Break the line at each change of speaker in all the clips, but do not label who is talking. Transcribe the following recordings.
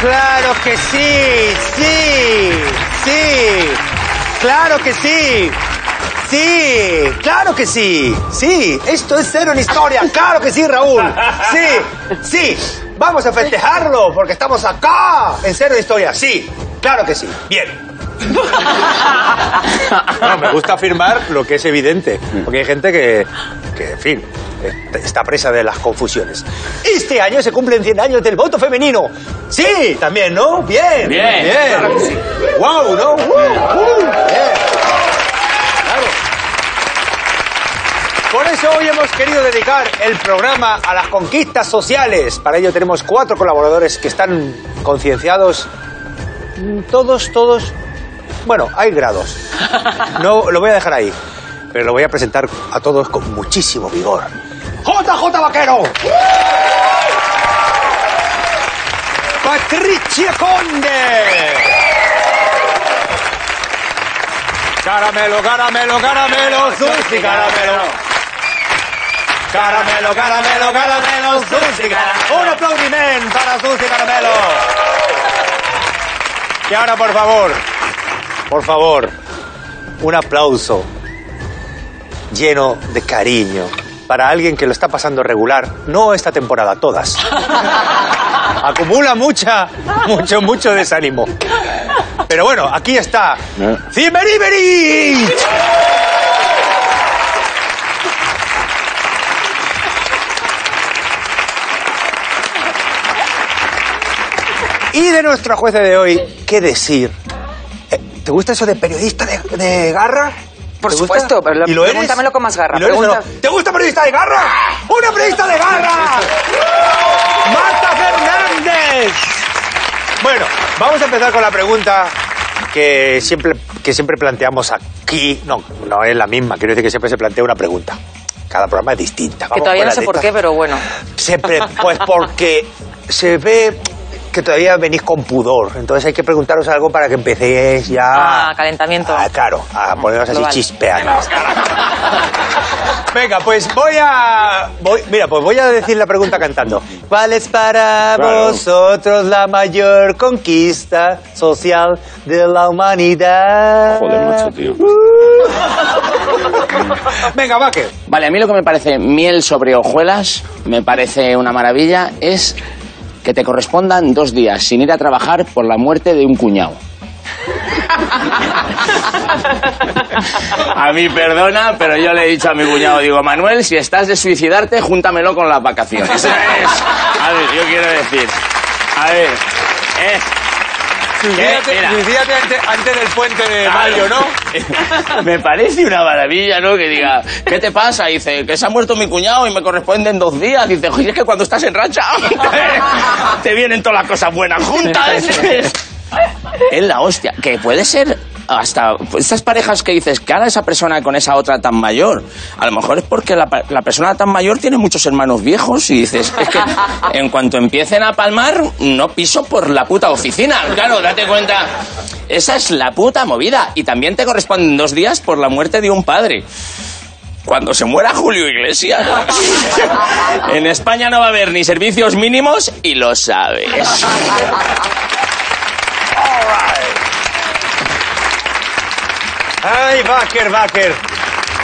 Claro que sí, sí, sí. Claro que sí. Sí, claro que sí. Sí, esto es cero en historia. Claro que sí, Raúl. Sí, sí. Vamos a festejarlo porque estamos acá en cero en historia. Sí, claro que sí. Bien.
No, me gusta afirmar lo que es evidente, porque hay gente que, que, en fin,
eh,
está presa de las confusiones.
Este año se cumplen 100 años del voto femenino. Sí, también, ¿no? Bien.
Bien.
Bien.
Claro que sí.
Wow, ¿no? Wow, wow. Bien. Por eso hoy hemos querido dedicar el programa a las conquistas sociales. Para ello tenemos cuatro colaboradores que están concienciados. Mm, Todos, todos. Bueno, hay grados. No lo voy a dejar ahí, pero lo voy a presentar a todos con muchísimo vigor. JJ Vaquero. Patricia Conde.
Caramelo, caramelo, caramelo, sushi, caramelo. Caramelo, caramelo, caramelo, sushi, caramelo.
Un aplaudimiento para Susi Caramelo. Y ahora, por favor, por favor, un aplauso lleno de cariño para alguien que lo está pasando regular, no esta temporada, todas. Acumula mucha, mucho, mucho desánimo. Pero bueno, aquí está. ¡Cimeriberi! Y de nuestra jueza de hoy, ¿qué decir? Eh, ¿Te gusta eso de periodista de, de garra?
Por
¿Te gusta?
supuesto, pero lo-
¿Y lo eres?
pregúntamelo con más garra,
¿Y lo eres o no?
pregunta-
¿Te gusta periodista de garra? ¡Una periodista de garra! ¡Marta Fernández! Bueno, vamos a empezar con la pregunta que siempre, que siempre planteamos aquí. No, no es la misma. Quiero decir que siempre se plantea una pregunta. Cada programa es distinta.
Que
Vamos
todavía
con
no
la
sé
de
por
esta.
qué, pero bueno.
Se pre- pues porque se ve que todavía venís con pudor. Entonces hay que preguntaros algo para que empecéis ya.
Ah, calentamiento.
Ah, claro, a poneros así
Global.
chispeantes. Venga, pues voy a. voy- mira, pues voy a decir la pregunta cantando. ¿Cuál es para
Claro.
vosotros la mayor conquista social de la humanidad?
Joder, macho, tío.
Venga, va que.
Vale, a mí lo que me parece miel sobre hojuelas, me parece una maravilla, es que te correspondan dos días sin ir a trabajar por la muerte de un cuñado. A mí perdona, pero yo le he dicho a mi cuñado, digo, Manuel, si estás de suicidarte, júntamelo con las vacaciones. Eso es. A ver, yo quiero decir, a ver, eh,
Suicídate,
Mira.
suicídate ante- antes, del puente de
Claro.
mayo, ¿no?
Me parece una maravilla, ¿no? Que diga, ¿qué te pasa? dice, que se ha muerto mi cuñado y me corresponde en dos días. Dice, oye, es que cuando estás en racha te vienen todas las cosas buenas juntas. es la hostia. Que puede ser hasta estas parejas que dices, que ahora esa persona con esa otra tan mayor, a lo mejor es porque la, pa- la persona tan mayor tiene muchos hermanos viejos y dices, es que en cuanto empiecen a palmar, no piso por la puta oficina. Claro, date cuenta. Esa es la puta movida. Y también te corresponden dos días por la muerte de un padre. Cuando se muera Julio Iglesias. en España no va a haber ni servicios mínimos y lo sabes.
¡Ay, Baker, Baker!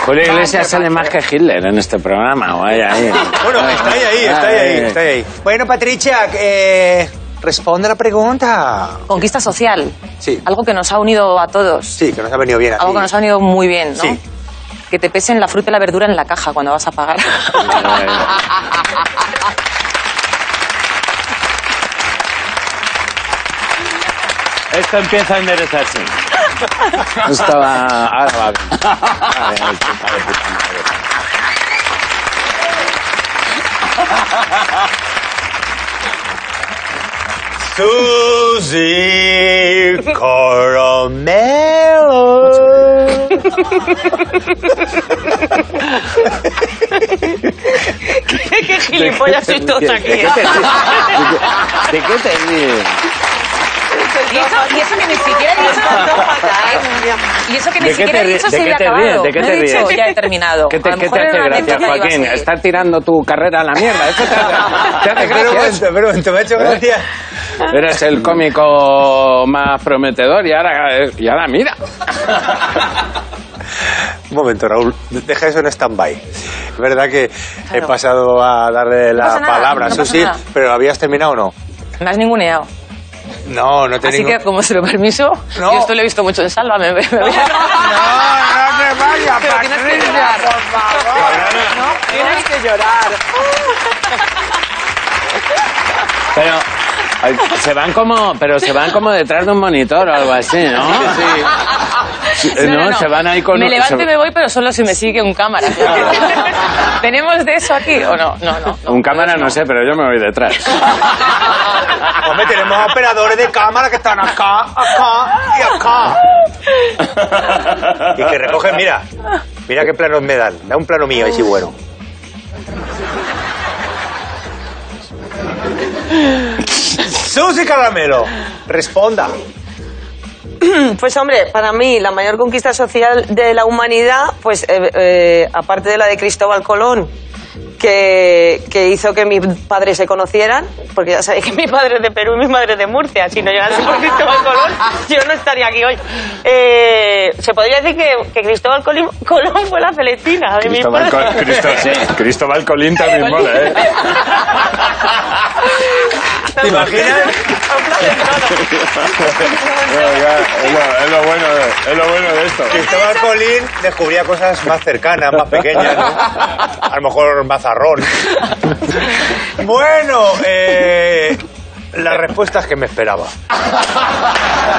Julio Iglesias sale más que Hitler en este programa, vaya ahí.
Bueno, está ahí, ahí, está ahí, ahí, está ahí. Bueno, Patricia, eh, responde la pregunta.
Conquista social.
Sí.
Algo que nos ha unido a todos.
Sí, que nos ha venido bien.
Algo que nos ha unido muy bien, ¿no?
Sí.
Que te pesen la fruta y la verdura en la caja cuando vas a pagar.
Esto empieza a enderezarse. No estaba... Ahora va bien. Vale, vale, puta de puta madre.
Susi Coromelo.
¡Qué gilipollas sois todos aquí!
¿De qué te ríes? ¿De qué te ríes?
Y eso, y eso que ni siquiera he dicho Y eso que ni
¿De qué
siquiera
te
he
ríes?
dicho
¿De
si
qué
había
te
acabado.
ríes? ¿De qué
No
te
he dicho,
ríes?
ya he terminado.
¿Qué
A
te,
lo
qué
mejor
te
era
hace
una
gracia,
mentira que iba
Joaquín?
así.
Estás tirando tu carrera a la mierda. Eso te hace, te hace
Pero un
gracia. ¿eh?
momento, pero un momento, me ha hecho gracia
Eres el cómico más prometedor y ahora, eh, y ahora mira.
Un momento, Raúl, deja eso en stand-by. Es verdad que he pasado a darle la
pasa nada,
palabra a
no pasa
Susi,
nada.
pero ¿lo habías terminado o no?
Me has ninguneado.
No, no te
Así
ningún-
que, como se lo permiso,
No.
yo esto lo he visto mucho en Sálvame. Me, me voy a...
No, no te vayas,
Pero tienes que
Patricia,
llorar.
por favor.
Tienes que llorar.
Pero ay, se van como, pero se van como detrás de un monitor o algo así, ¿no? Sí, eh, no, se van ahí con
Me
un-
levanto
se-
y me voy, pero solo si me sigue un cámara. ¿Tenemos de eso aquí o no? No, no. no.
Un cámara no sé, pero yo me voy detrás.
Hombre, tenemos operadores de cámara que están acá, acá y acá. Y que recogen, mira, mira qué planos me dan. Da un plano mío, ahí sí bueno. Susi Caramelo, responda.
Pues hombre, para mí la mayor conquista social de la humanidad, pues eh, eh, aparte de la de Cristóbal Colón, que, que hizo que mis padres se conocieran, porque ya sabéis que mi padre es de Perú y mi madre es de Murcia, si no llegase por Cristóbal Colón, yo no estaría aquí hoy. Eh, se podría decir que, que Cristóbal Colín- Colón fue la celestina de mis
Cristóbal,
padres.
Col- Cristo- sí, Cristóbal Colín también mola, ¿eh?
¿Te imaginas?
Es lo, es lo bueno, de- es lo bueno de esto.
Cristóbal Colín descubría cosas más cercanas, más pequeñas, ¿no? A lo mejor mazarrón. Bueno, eh, las respuestas que me esperaba.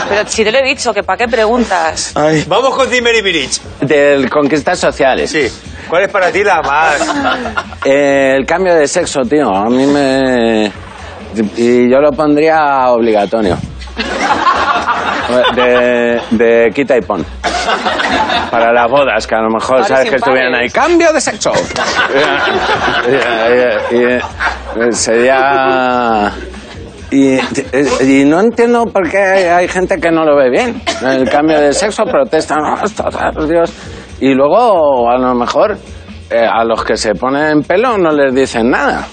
Pero si te lo he dicho, que para qué preguntas.
Vamos con Zimmer y Birich.
Del conquistas sociales.
Sí. ¿Cuál es para ti la más?
Eh, el cambio de sexo, tío, a mí me... Y yo lo pondría obligatorio. De, de quita y pon. Para las bodas, que a lo mejor,
Pares
¿sabes? Que estuvieran ahí.
impares.
¡Cambio de sexo! Y- y- y- y- sería... Y, y no entiendo por qué hay gente que no lo ve bien. El cambio de sexo protestan, "No, esto, oh, Dios. Y luego, a lo mejor, eh, a los que se ponen pelo no les dicen nada.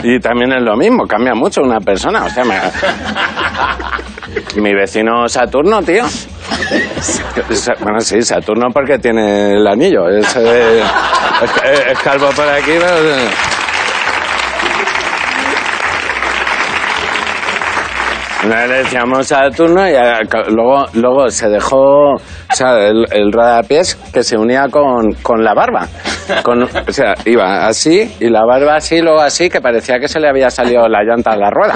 Y también es lo mismo, cambia mucho una persona. O sea, me- mi vecino Saturno, tío. Sa- Bueno, sí, Saturno porque tiene el anillo. Es, eh, es- es calvo por aquí, pero- Una vez le decíamos Saturno y a- ca- luego, luego se dejó o sea, el, el rodapiés que se unía con, con la barba. Con- o sea, iba así y la barba así, luego así, que parecía que se le había salido la llanta a la rueda.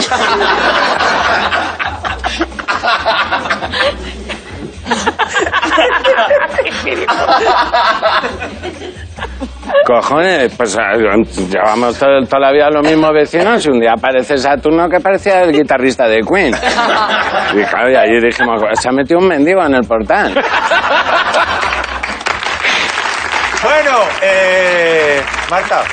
Cojones, pues ah, llevamos to- toda la vida los mismos vecinos y un día aparece Saturno que parecía el guitarrista de Queen. Y claro, y allí dijimos, se ha metido un mendigo en el portal.
Bueno, eh, Marta,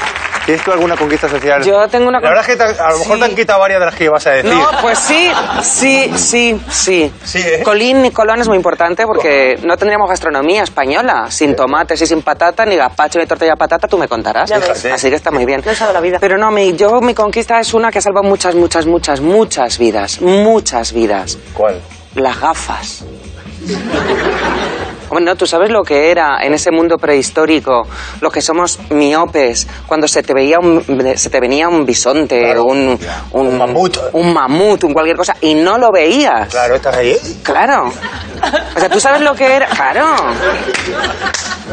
¿tienes tú alguna conquista social?
Yo tengo una
La verdad es que te- a lo mejor
Sí.
te han quitado varias de las que ibas a decir.
No, pues sí, sí, sí, sí.
Sí, ¿eh?
Colín y Colón es muy importante porque no tendríamos gastronomía española sin tomates y sin patata, ni gazpacho ni tortilla de patata, tú me contarás.
ves.
Así que está muy bien. la vida. Pero no, mi, yo, mi conquista es una que ha salvado muchas, muchas, muchas, muchas vidas. Muchas vidas.
¿Cuál?
Las gafas. Bueno, tú sabes lo que era en ese mundo prehistórico, los que somos miopes, cuando se te veía un, se te venía un bisonte,
Claro,
un,
ya, un mamut.
un mamut, un cualquier cosa, y no lo veías.
Claro, estás ahí.
Claro. O sea, tú sabes lo que era. Claro.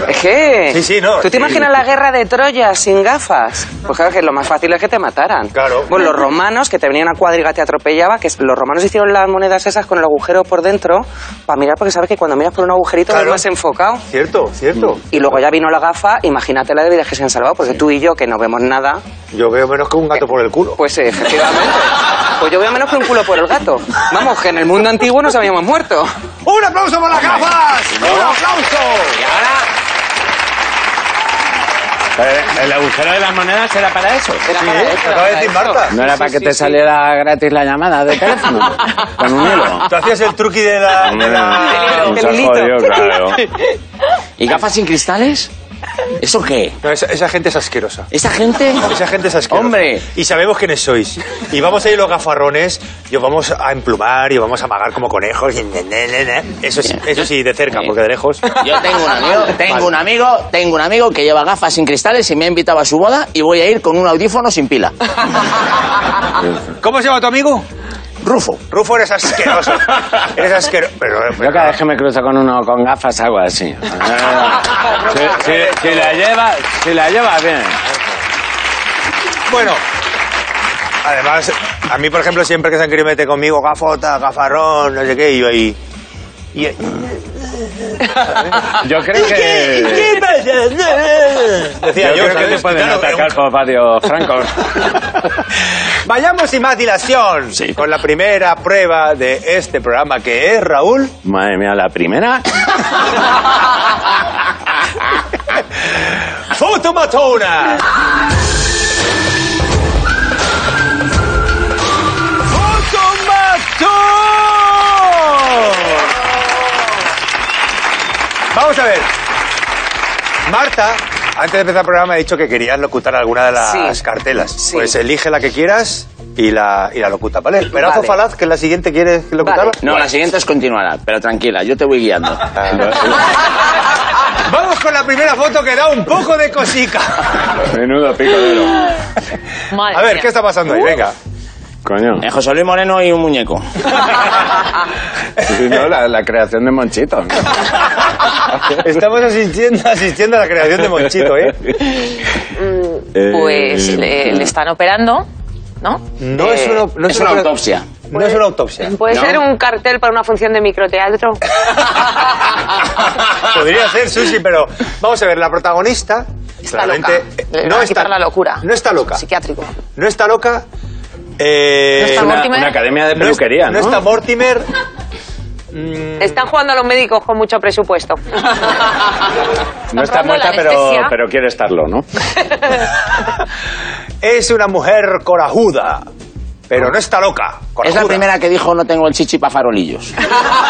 Es que.
Sí, sí, no,
¿Tú
sí.
te imaginas la guerra de Troya sin gafas? Pues claro, que lo más fácil es que te mataran.
Claro.
Bueno, los romanos, que te venían a cuadriga, te atropellaba, que los romanos hicieron las monedas esas con el agujero por dentro para mirar, porque sabes que cuando miras por un agujerito
Claro.
ves más enfocado.
Cierto, cierto.
Y luego ya vino la gafa, imagínate la de vidas que se han salvado, porque tú y yo, que no vemos nada,
Yo veo menos que un gato por el culo.
pues eh, efectivamente. Pues yo veo menos que un culo por el gato. Vamos, que en el mundo antiguo nos habíamos muerto.
¡Un aplauso por las gafas! ¡Un aplauso!
Eh, El agujero de las monedas era para eso.
Era para
¿Eh?
esto,
Acaba de
para
decir
esto.
Marta.
No era para que te saliera gratis la llamada de teléfono con un hilo.
Tú hacías el truqui de
Ah,
la. de la-
Hombre,
Del
se
hilito.
jodió, claro.
¿Y gafas sin cristales? ¿Eso qué?
No, esa, esa gente es asquerosa.
¿Esa gente?
Esa gente es asquerosa.
Hombre.
Y sabemos quiénes sois. Y vamos a ir los gafarrones, y os vamos a emplumar y os vamos a amagar como conejos. y ne, ne, ne, ne. Eso, sí, eso sí, de cerca, porque de lejos.
Yo tengo un amigo, tengo un amigo, tengo un amigo que lleva gafas sin cristales y me ha invitado a su boda y voy a ir con un audífono sin pila.
¿Cómo se llama tu amigo?
Rufo.
Rufo, eres asqueroso. Eres asqueroso. Pero, eh,
Yo cada vez que me cruzo con uno con gafas hago así. Eh, si, si- si la lleva, si la lleva bien.
Bueno. Además, a mí, por ejemplo, siempre que se han querido meter conmigo, gafota, gafarrón, no sé qué, y yo ahí... Y,
Yo creo
eh,
que...
decía
Yo
yo,
creo que
¿sabes?
te pueden
Claro,
atacar por varios francos.
Vayamos sin más dilación
Sí.
con la primera prueba de este programa que es, Raúl.
Madre mía, la primera.
¡Fotomatona! ¡Fotomatón! Vamos a ver. Marta, antes de empezar el programa, ha dicho que querías locutar alguna de las
Sí.
cartelas.
Sí.
Pues elige la que quieras y la, y la locuta, ¿vale? Perazo
Vale.
Falaz, que es la siguiente, ¿quieres locutarla?
Vale.
No, la siguiente es continuará, pero tranquila, yo te voy guiando.
Vamos con la primera foto que da un poco de cosica.
Menudo picodero. Ah.
Madre
A ver,
mía.
¿qué está pasando ahí? Venga.
Coño.
Eh, José Luis Moreno y un muñeco.
Si no, la, la creación de Monchito.
Estamos asistiendo, asistiendo a la creación de Monchito, ¿eh?
Pues
Eh,
le, le están operando, ¿no?
No es una, no
Es una autopsia.
No es una autopsia.
pues-
¿Puede ser un cartel para una función de microteatro?
Podría ser, Susi, pero vamos a ver, la protagonista
Está
claramente,
loca.
eh,
Le van
no
a
está
quitar la locura.
No está loca.
Psiquiátrico.
No está loca. eh,
No está
Una,
Mortimer.
una academia de
no es-
peluquería, ¿no?
No está Mortimer.
Están jugando a los médicos con mucho presupuesto.
No está
probando
muerta,
la
pero,
anestesia.
pero quiere estarlo, ¿no?
Es una mujer corajuda, pero no está loca.
Es la
corajuda.
primera que dijo no tengo el chichi para farolillos.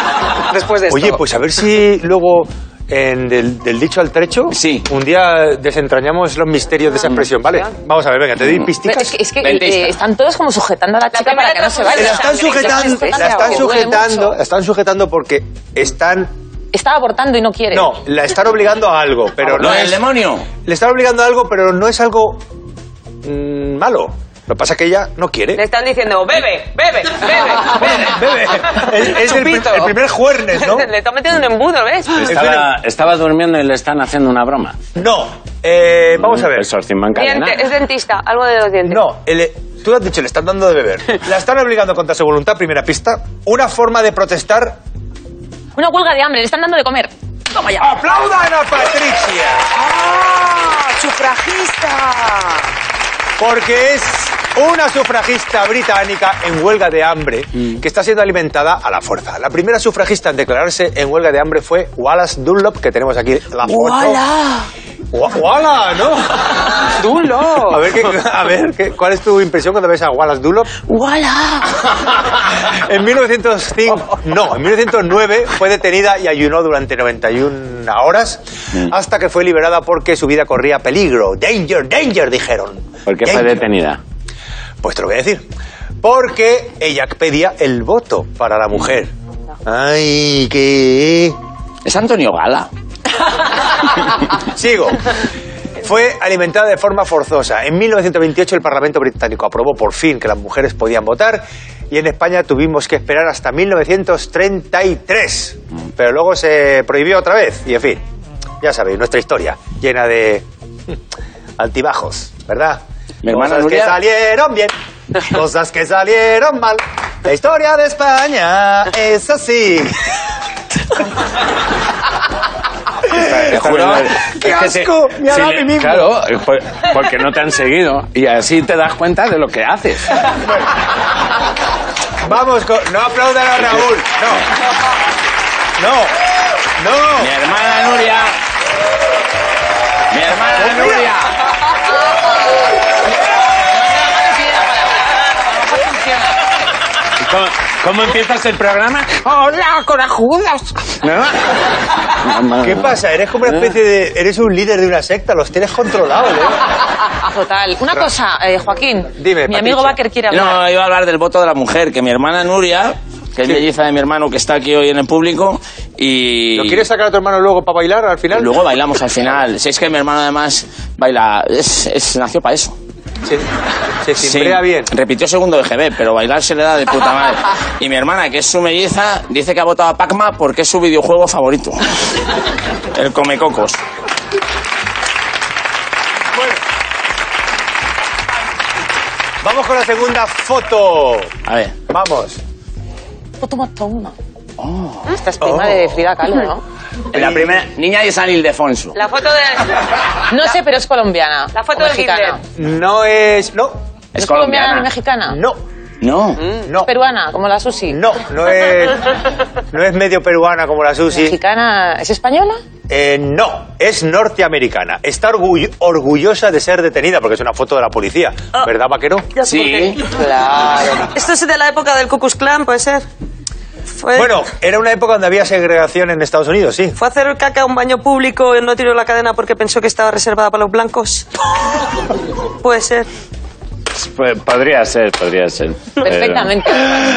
Después de esto.
Oye, pues a ver si luego, en del, del dicho al trecho,
Sí.
un día desentrañamos los misterios de esa expresión, ¿vale? Vamos a ver, venga, te doy
Pero
pisticas.
es que, es que,
Ventistas.
eh, están todos como sujetando a la chica para que no se vaya.
la están sujetando, la están sujetando, la están sujetando porque están,
Está abortando y no quiere.
no, la están obligando a algo, pero no
¿Lo del
es,
demonio?
le están obligando a algo, pero no es algo mm, malo. Lo que pasa es que ella no
Le
quiere.
están diciendo, bebe, bebe, bebe, bebe.
Bebe, es, es el, pri-
Chupito.
el primer juernes, ¿no?
Le está metiendo un embudo, ¿ves?
Estaba, estaba durmiendo y le están haciendo una broma.
No, eh, vamos a ver.
Exorcismo en cadena.
Diente, es dentista, algo de los dientes.
No, el- tú has dicho, le están dando de beber. La están obligando contra su voluntad, primera pista. Una forma de protestar.
Una huelga de hambre, le están dando de comer. Toma ya.
¡Aplaudan a Patricia!
¡Ah! ¡Sufragista!
Porque es una sufragista británica en huelga de hambre
Mm.
que está siendo alimentada a la fuerza. La primera sufragista en declararse en huelga de hambre fue Wallace Dunlop, que tenemos aquí la foto. Wa- ¡Wala! ¿No?
¡Dulo!
A ver, qué- a ver qué- ¿cuál es tu impresión cuando ves a Wallace Dunlop? ¡Wala! En 1905, no, en 1909 fue detenida y ayunó durante 91 horas
Mm.
hasta que fue liberada porque su vida corría peligro. ¡Danger, danger! dijeron.
¿Por qué fue
Danger.
detenida?
Pues te lo voy a decir. Porque ella pedía el voto para la mujer.
Mm.
Ay, qué.
Es Antonio Gala.
Sigo. Fue alimentada de forma forzosa. En 1928 el Parlamento británico aprobó por fin que las mujeres podían votar y en España tuvimos que esperar hasta 1933. Pero luego se prohibió otra vez y en fin, ya sabéis, nuestra historia llena de mm, altibajos, ¿verdad?
Mi hermana
Cosas que
Nuria-
salieron bien, cosas que salieron mal. La historia de España es así.
Te juro.
¡Qué
es que si-
asco! Me ha
si
dado
le-
a mí mismo.
Claro, por- porque no te han seguido. Y así te das cuenta de lo que haces.
Vamos, con... no aplaudan a Raúl, no. No,
Mi
no.
hermana Nuria. Mi
Pues
hermana Nuria.
Con,
¿Cómo empiezas el programa? ¡Hola, corajudos!
Mamá.
¿Qué pasa? Eres como
Eh.
una especie de... Eres un líder de una secta, los tienes controlados, ¿eh?
Ah, Total. Una cosa, eh, Joaquín.
Dime,
Mi amigo
Patricia.
Baker quiere hablar.
No, iba a hablar del voto de la mujer, que mi hermana Nuria, que es melliza de mi hermano que está aquí hoy en el público, y...
¿Lo quieres sacar a tu hermano luego para bailar al final?
Luego bailamos al final. Si es que mi hermano además baila... Es, es- nació para eso.
Se, se
Sí.
cimbrea bien.
Repitió segundo de GB, pero bailar se le da de puta madre. Y mi hermana, que es su melliza, dice que ha votado a Pacma porque es su videojuego favorito. El Comecocos.
Vamos con la segunda foto.
A ver.
Vamos. Oh.
Esta es prima de Frida Kahlo, ¿no?
La primera... Niña de San Ildefonso.
La foto de...
No sé, pero es colombiana.
La foto
o
del
mexicana.
Hitler.
No es... No.
Es
¿Es colombiana
colombiana.
ni mexicana?
No.
No.
No.
Peruana, como la Susi.
No, no es, no es medio peruana como la Susi.
¿Mexicana? ¿Es española?
Eh, no, es norteamericana. Está orgull- orgullosa de ser detenida porque es una foto de la policía. ¿Verdad, vaquero?
Ya sé
Sí.
por qué. Esto es de la época del Ku Klux Klan, ¿puede ser? Fue,
Bueno, era una época donde había segregación en Estados Unidos, sí.
Fue a hacer caca a un baño público y no tiró la cadena porque pensó que estaba reservada para los blancos. Puede ser.
Pues podría ser, podría ser.
Perfectamente.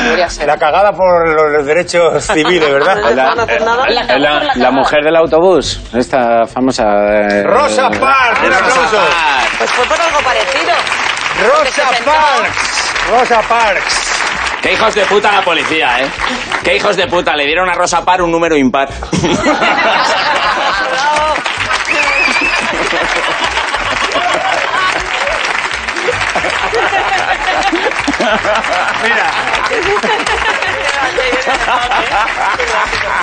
Podría ser.
La cagada por los, los derechos civiles,
No
¿verdad?
dejaron hacer nada.
Eh, La, la mujer del autobús, esta famosa... eh,
Rosa Parks, un aplauso.
Pues fue por algo parecido.
Rosa Parks. Rosa Parks.
Qué hijos de puta la policía, ¿eh? Qué hijos de puta, le dieron a Rosa Par un número impar.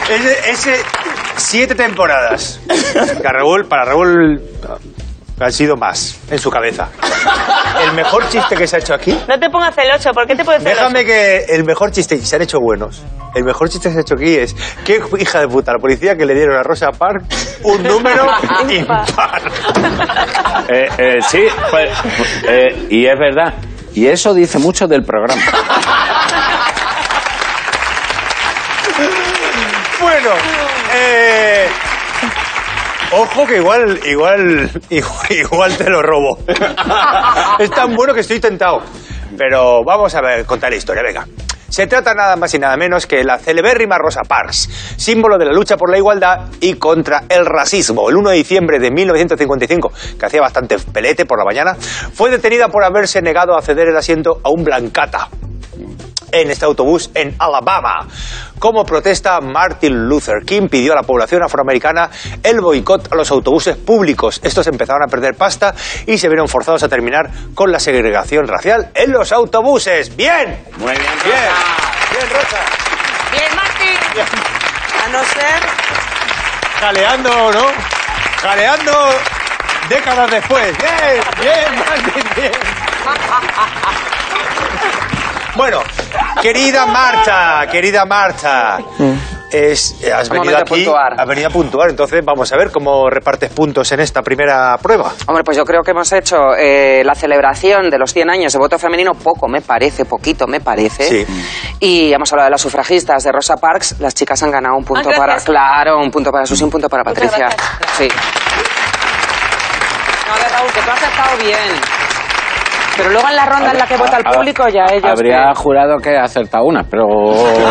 Ese, ese- siete temporadas. Que a Raúl, para Raúl han sido más en su cabeza. El mejor chiste que se ha hecho aquí.
No te pongas celoso, ¿por qué te pones celoso?
Déjame que el mejor chiste, y se han hecho buenos. El mejor chiste que se ha hecho aquí es: ¿Qué hija de puta la policía que le dieron a Rosa Parks un número impar?
Eh, eh, sí, pues, eh, y es verdad. Y eso dice mucho del programa.
Bueno, eh, Ojo que igual, igual, igual, igual te lo robo. Es tan bueno que estoy tentado. Pero vamos a ver, contar la historia, venga. Se trata nada más y nada menos que la celebérrima Rosa Parks, símbolo de la lucha por la igualdad y contra el racismo. El 1 de diciembre de 1955, que hacía bastante pelete por la mañana, fue detenida por haberse negado a ceder el asiento a un blancata en este autobús en Alabama. Como protesta, Martin Luther King pidió a la población afroamericana el boicot a los autobuses públicos. Estos empezaron a perder pasta y se vieron forzados a terminar con la segregación racial en los autobuses. ¡Bien!
Muy bien,
¡Bien!
bien.
¡Bien, Rosa!
Bien, Martín.
A no ser...
Jaleando, ¿no? Jaleando décadas después. Bien, bien, Martin, bien. Bueno, querida Marta, querida Marta, es, eh, has
Un
venido
momento a
aquí,
puntuar.
has venido a puntuar, entonces vamos a ver cómo repartes puntos en esta primera prueba.
Hombre, pues yo creo que hemos hecho eh, la celebración de los 100 años de voto femenino poco, me parece, poquito, me parece.
Sí.
Y hemos hablado de las sufragistas de Rosa Parks. Las chicas han ganado un punto
Ah,
para.
gracias.
Claro, un punto para Susi, un punto para Patricia. Sí. No, a ver, Raúl, que tú has estado bien. Pero luego en la ronda en la que vota el
Ah,
público ya ellos.
Habría
que-
jurado que he acertado una, pero... o-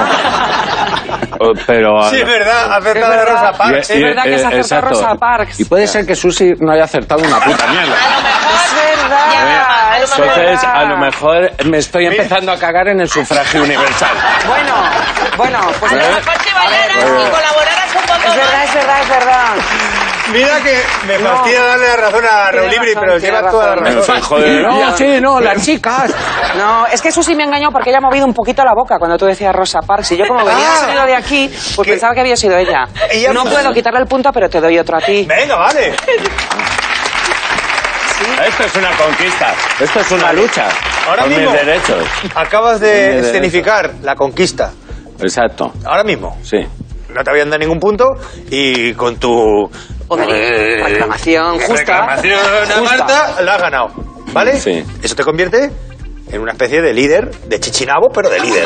pero
Sí, es verdad,
Es
acerta la de
verdad,
Rosa Parks. eh.
es verdad que se acertó
exacto.
Rosa Parks. Ah,
Y puede ser que Susi no haya acertado una puta mierda.
Es verdad.
Ya,
es
Entonces,
verdad.
a lo mejor me estoy empezando a cagar en el sufragio universal.
Bueno, bueno, pues.
A lo mejor si bailaras y colaboraras un poco
Es verdad,
más.
es verdad, es verdad.
Mira que me fastidia darle la razón a
Tiene
Raulibri,
razón,
pero
tiene
lleva toda la
razón.
razón.
No, sí, no, las chicas.
No, es que Susi me engañó porque ella ha movido un poquito la boca cuando tú decías Rosa Parks. Y yo, como venía
Ah.
saliendo de aquí, pues
Que-
pensaba que había sido ella.
Ella-
No puedo quitarle el punto, pero te doy otro a ti.
Venga, vale.
Esto es una conquista. Esto es una lucha.
Ahora
por
mismo.
mis derechos.
Acabas de
Tiene derecho.
escenificar la conquista.
Exacto,
Ahora mismo.
sí.
No te habían dado ningún punto y con tu eh,
Reclamación justa.
reclamación a
Justa.
Marta la has ganado. ¿Vale?
Sí.
Eso te convierte en una especie de líder, de chichinabo, pero de líder.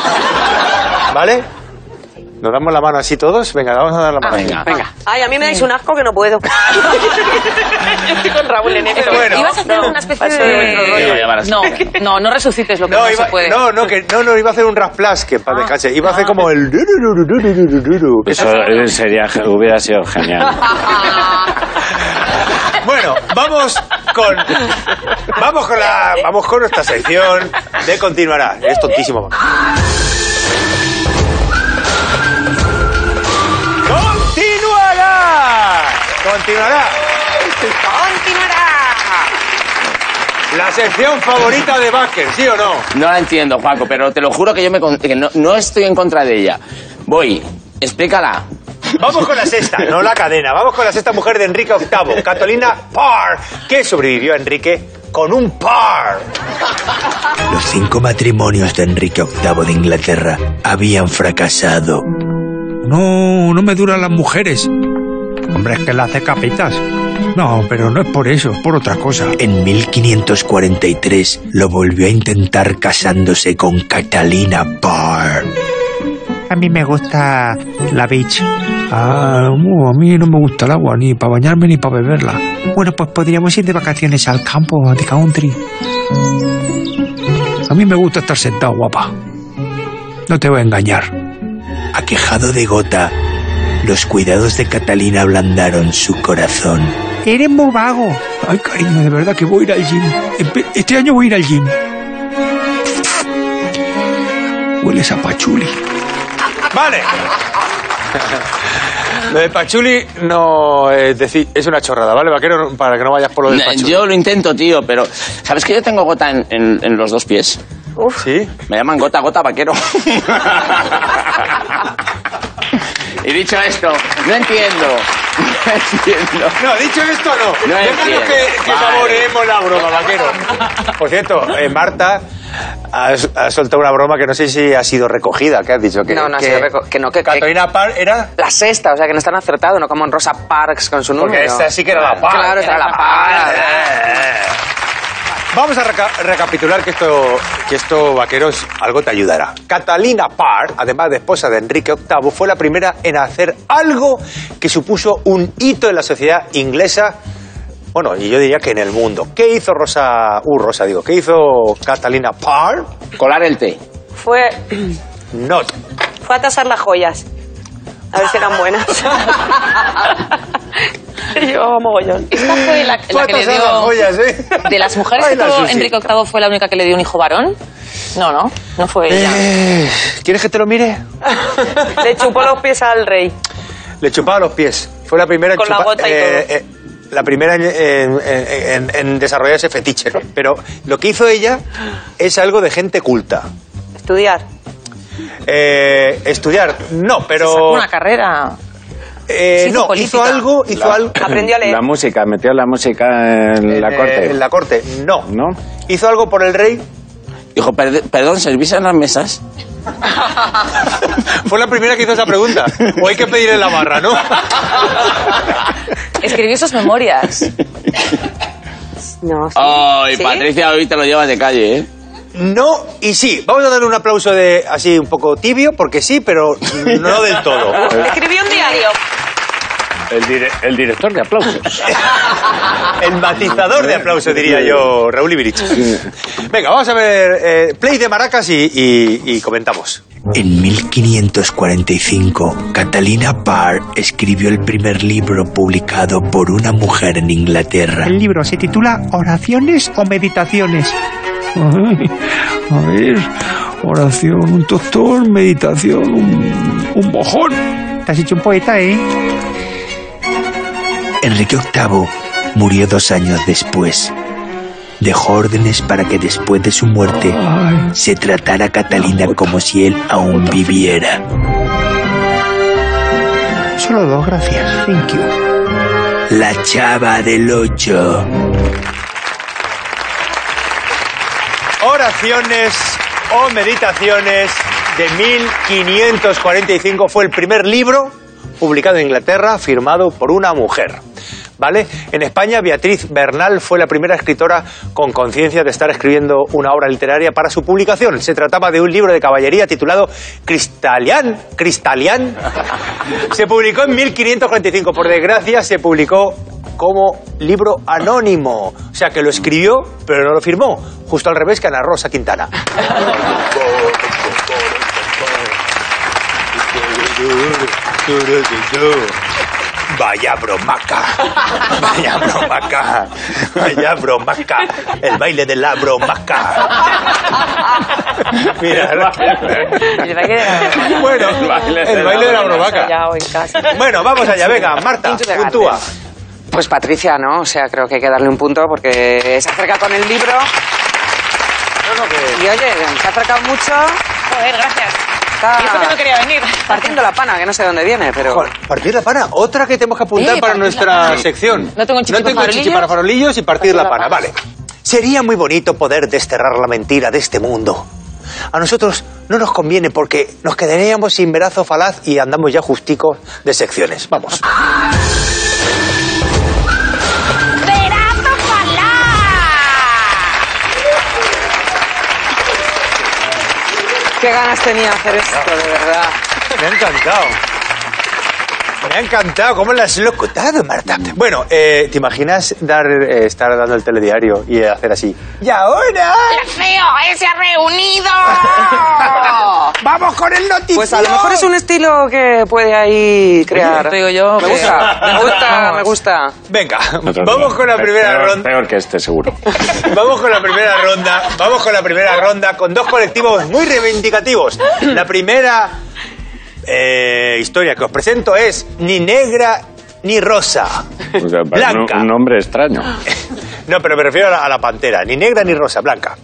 ¿Vale? ¿Nos damos la mano así todos? Venga, vamos a dar
Ah,
la mano.
Venga.
Venga.
Ay, a mí me dais un asco que no puedo. Yo estoy con Raúl en esto.
Bueno.
Ibas a hacer una especie
paso de
de...
vuestro
rollo. Iba a llamar así.
No, no, no resucites lo que no,
No, iba,
se puede. Ah.
no, no, que, no, no, iba a hacer un rasplash, que para descansar. Iba a hacer como el...
Eso eh, sería, hubiera sido genial.
Bueno, vamos con... Vamos con la... Vamos con nuestra sección de continuará. Es tontísimo. ¡Continuará! ¡Continuará!
¡Continuará!
La sección favorita de Baker, ¿sí o no?
No la entiendo, Juaco, pero te lo juro que yo me con- que no, no estoy en contra de ella. Voy, explícala.
Vamos con la sexta, no la cadena. Vamos con la sexta mujer de Enrique VIII, Catalina Parr, que sobrevivió a Enrique con un par.
Los cinco matrimonios de Enrique VIII de Inglaterra habían fracasado. No, no me duran las mujeres. Hombre, es que las decapitas. No, pero no es por eso, es por otra cosa. En 1543 lo volvió a intentar casándose con Catalina Parr. A mí me gusta la beach. Ah, no, a mí no me gusta el agua, ni para bañarme ni para beberla. Bueno, pues podríamos ir de vacaciones al campo, de country. A mí me gusta estar sentado, guapa. No te voy a engañar. Aquejado de gota, los cuidados de Catalina ablandaron su corazón. Eres muy vago. Ay, cariño, de verdad que voy a ir al gym. Empe- Este año voy a ir al gym. Hueles a pachuli.
Vale. Lo de Pachuli no eh, es decir, es una chorrada, ¿vale, vaquero? Para que no vayas por lo de
Na-
Pachuli.
Yo lo intento, tío, pero ¿sabes que yo tengo gota en, en- en los dos pies?
¿Sí?
Me llaman gota, gota, vaquero. y dicho esto, no entiendo. No entiendo.
No, dicho esto, no.
No
Déjanos
entiendo.
que, que
Vale.
saboreemos la broma, vaquero. Por cierto, eh, Marta ha, ha soltado una broma que no sé si ha sido recogida. ¿Qué has dicho? Que,
No, no ha sido reco- que no, que-
Catalina Parr era...
La sexta, o sea que no están acertados, no como en Rosa Parks con su número.
Porque esta sí que era la eh, par.
Claro, esta era la par.
Vamos a reca- recapitular que esto, que esto, vaqueros, algo te ayudará. Catalina Parr, además de esposa de Enrique VIII, fue la primera en hacer algo que supuso un hito en la sociedad inglesa, bueno, y yo diría que en el mundo. ¿Qué hizo Rosa, uh, Rosa digo, qué hizo Catalina Parr?
Colar el té.
Fue,
No.
fue a tasar las joyas. A ver si eran buenas. Yo, mogollón.
Esta fue la, la que le dio...
¿eh?
De las mujeres que tuvo Enrique VIII fue la única que le dio un hijo varón. No, no, no fue ella.
Eh, ¿Quieres que te lo mire?
Le chupó los pies al rey.
Le chupaba los pies. Fue la primera
Con la
chupa-
gota y todo.
eh, la primera en, en- en- en desarrollar ese fetiche. ¿no? Pero lo que hizo ella es algo de gente culta.
Estudiar.
Eh, estudiar, no, pero.
Una carrera.
eh,
se hizo
no, hizo
política.
algo. Hizo algo
Aprendió a leer.
La música, metió la música en la
Eh,
corte.
En la corte, no.
¿No?
Hizo algo por el rey.
Dijo, "Perde- perdón, ¿servís en las mesas?
Fue la primera que hizo esa pregunta. O hay que pedirle la barra, ¿no?
Escribió sus memorias.
No, sí.
Ay,
¿Sí?
Patricia, hoy te lo llevas de calle, ¿eh?
No y sí. Vamos a darle un aplauso de así un poco tibio, porque sí, pero no del todo.
Escribió un diario.
El, dire- el director de aplausos.
El matizador de aplauso, diría yo, Raúl Ibirich. Venga, vamos a ver eh, play de maracas y, y- y comentamos.
En 1545, Catalina Parr escribió el primer libro publicado por una mujer en Inglaterra. El libro se titula Oraciones o Meditaciones. a ver, oración, un doctor, meditación, un, un mojón. Te has hecho un poeta, ¿eh? Enrique VIII murió dos años después. Dejó órdenes para que después de su muerte se tratara a Catalina como si él aún viviera. Solo dos, gracias. Thank you. La chava del ocho.
Oraciones o meditaciones de 1545 fue el primer libro publicado en Inglaterra firmado por una mujer. ¿vale? En España, Beatriz Bernal fue la primera escritora con conciencia de estar escribiendo una obra literaria para su publicación. Se trataba de un libro de caballería titulado Cristalian, Cristalian. Se publicó en 1545. Por desgracia, se publicó como libro anónimo. O sea, que lo escribió, pero no lo firmó. Justo al revés que Ana Rosa Quintana. Vaya bromaca, vaya bromaca, vaya bromaca, el baile de la bromaca. Mira,
El baile de la-
bueno, el baile de la
Ya
bromaca.
hoy casi.
Bueno, vamos allá, venga, Marta, puntúa.
Pues Patricia, ¿no? O sea, creo que hay que darle un punto porque se acerca con el libro. Y oye, se ha acercado mucho.
Joder, gracias.
Está
Y eso que no quería venir.
partiendo la pana, que no sé de dónde viene, pero.
Joder, Partir la pana, otra que tenemos que apuntar
Eh,
para
partir la
nuestra
pana.
sección.
No tengo chichi para farolillos.
chichi para farolillos y partir, la, pana. vale. Sería muy bonito poder desterrar la mentira de este mundo. A nosotros no nos conviene porque nos quedaríamos sin verazo falaz y andamos ya justicos de secciones. Vamos.
¡Verazo falaz!
Qué ganas tenía hacer esto, de verdad.
Me ha encantado. Me ha encantado, ¿cómo la has locutado, Marta? Bueno, eh, ¿te imaginas dar, eh, estar dando el telediario y hacer así? ¡Y ahora!
¡Qué feo! ¡Eh, ¡Se ha reunido!
¡Vamos con el noticio!
Pues a lo mejor es un estilo que puede ahí crear.
te digo yo pues,
Me
que-
gusta, me gusta, me gusta.
Venga,
Otro
vamos
día.
con la
Pe-
primera
peor-
ronda.
Peor que este, seguro.
Vamos con la primera ronda. Vamos con la primera ronda con dos colectivos muy reivindicativos. La primera eh, historia que os presento es ni negra ni rosa.
O sea, para un,
Blanca.
un nombre extraño.
No, pero me refiero a la, a la pantera, ni negra ni rosa, blanca.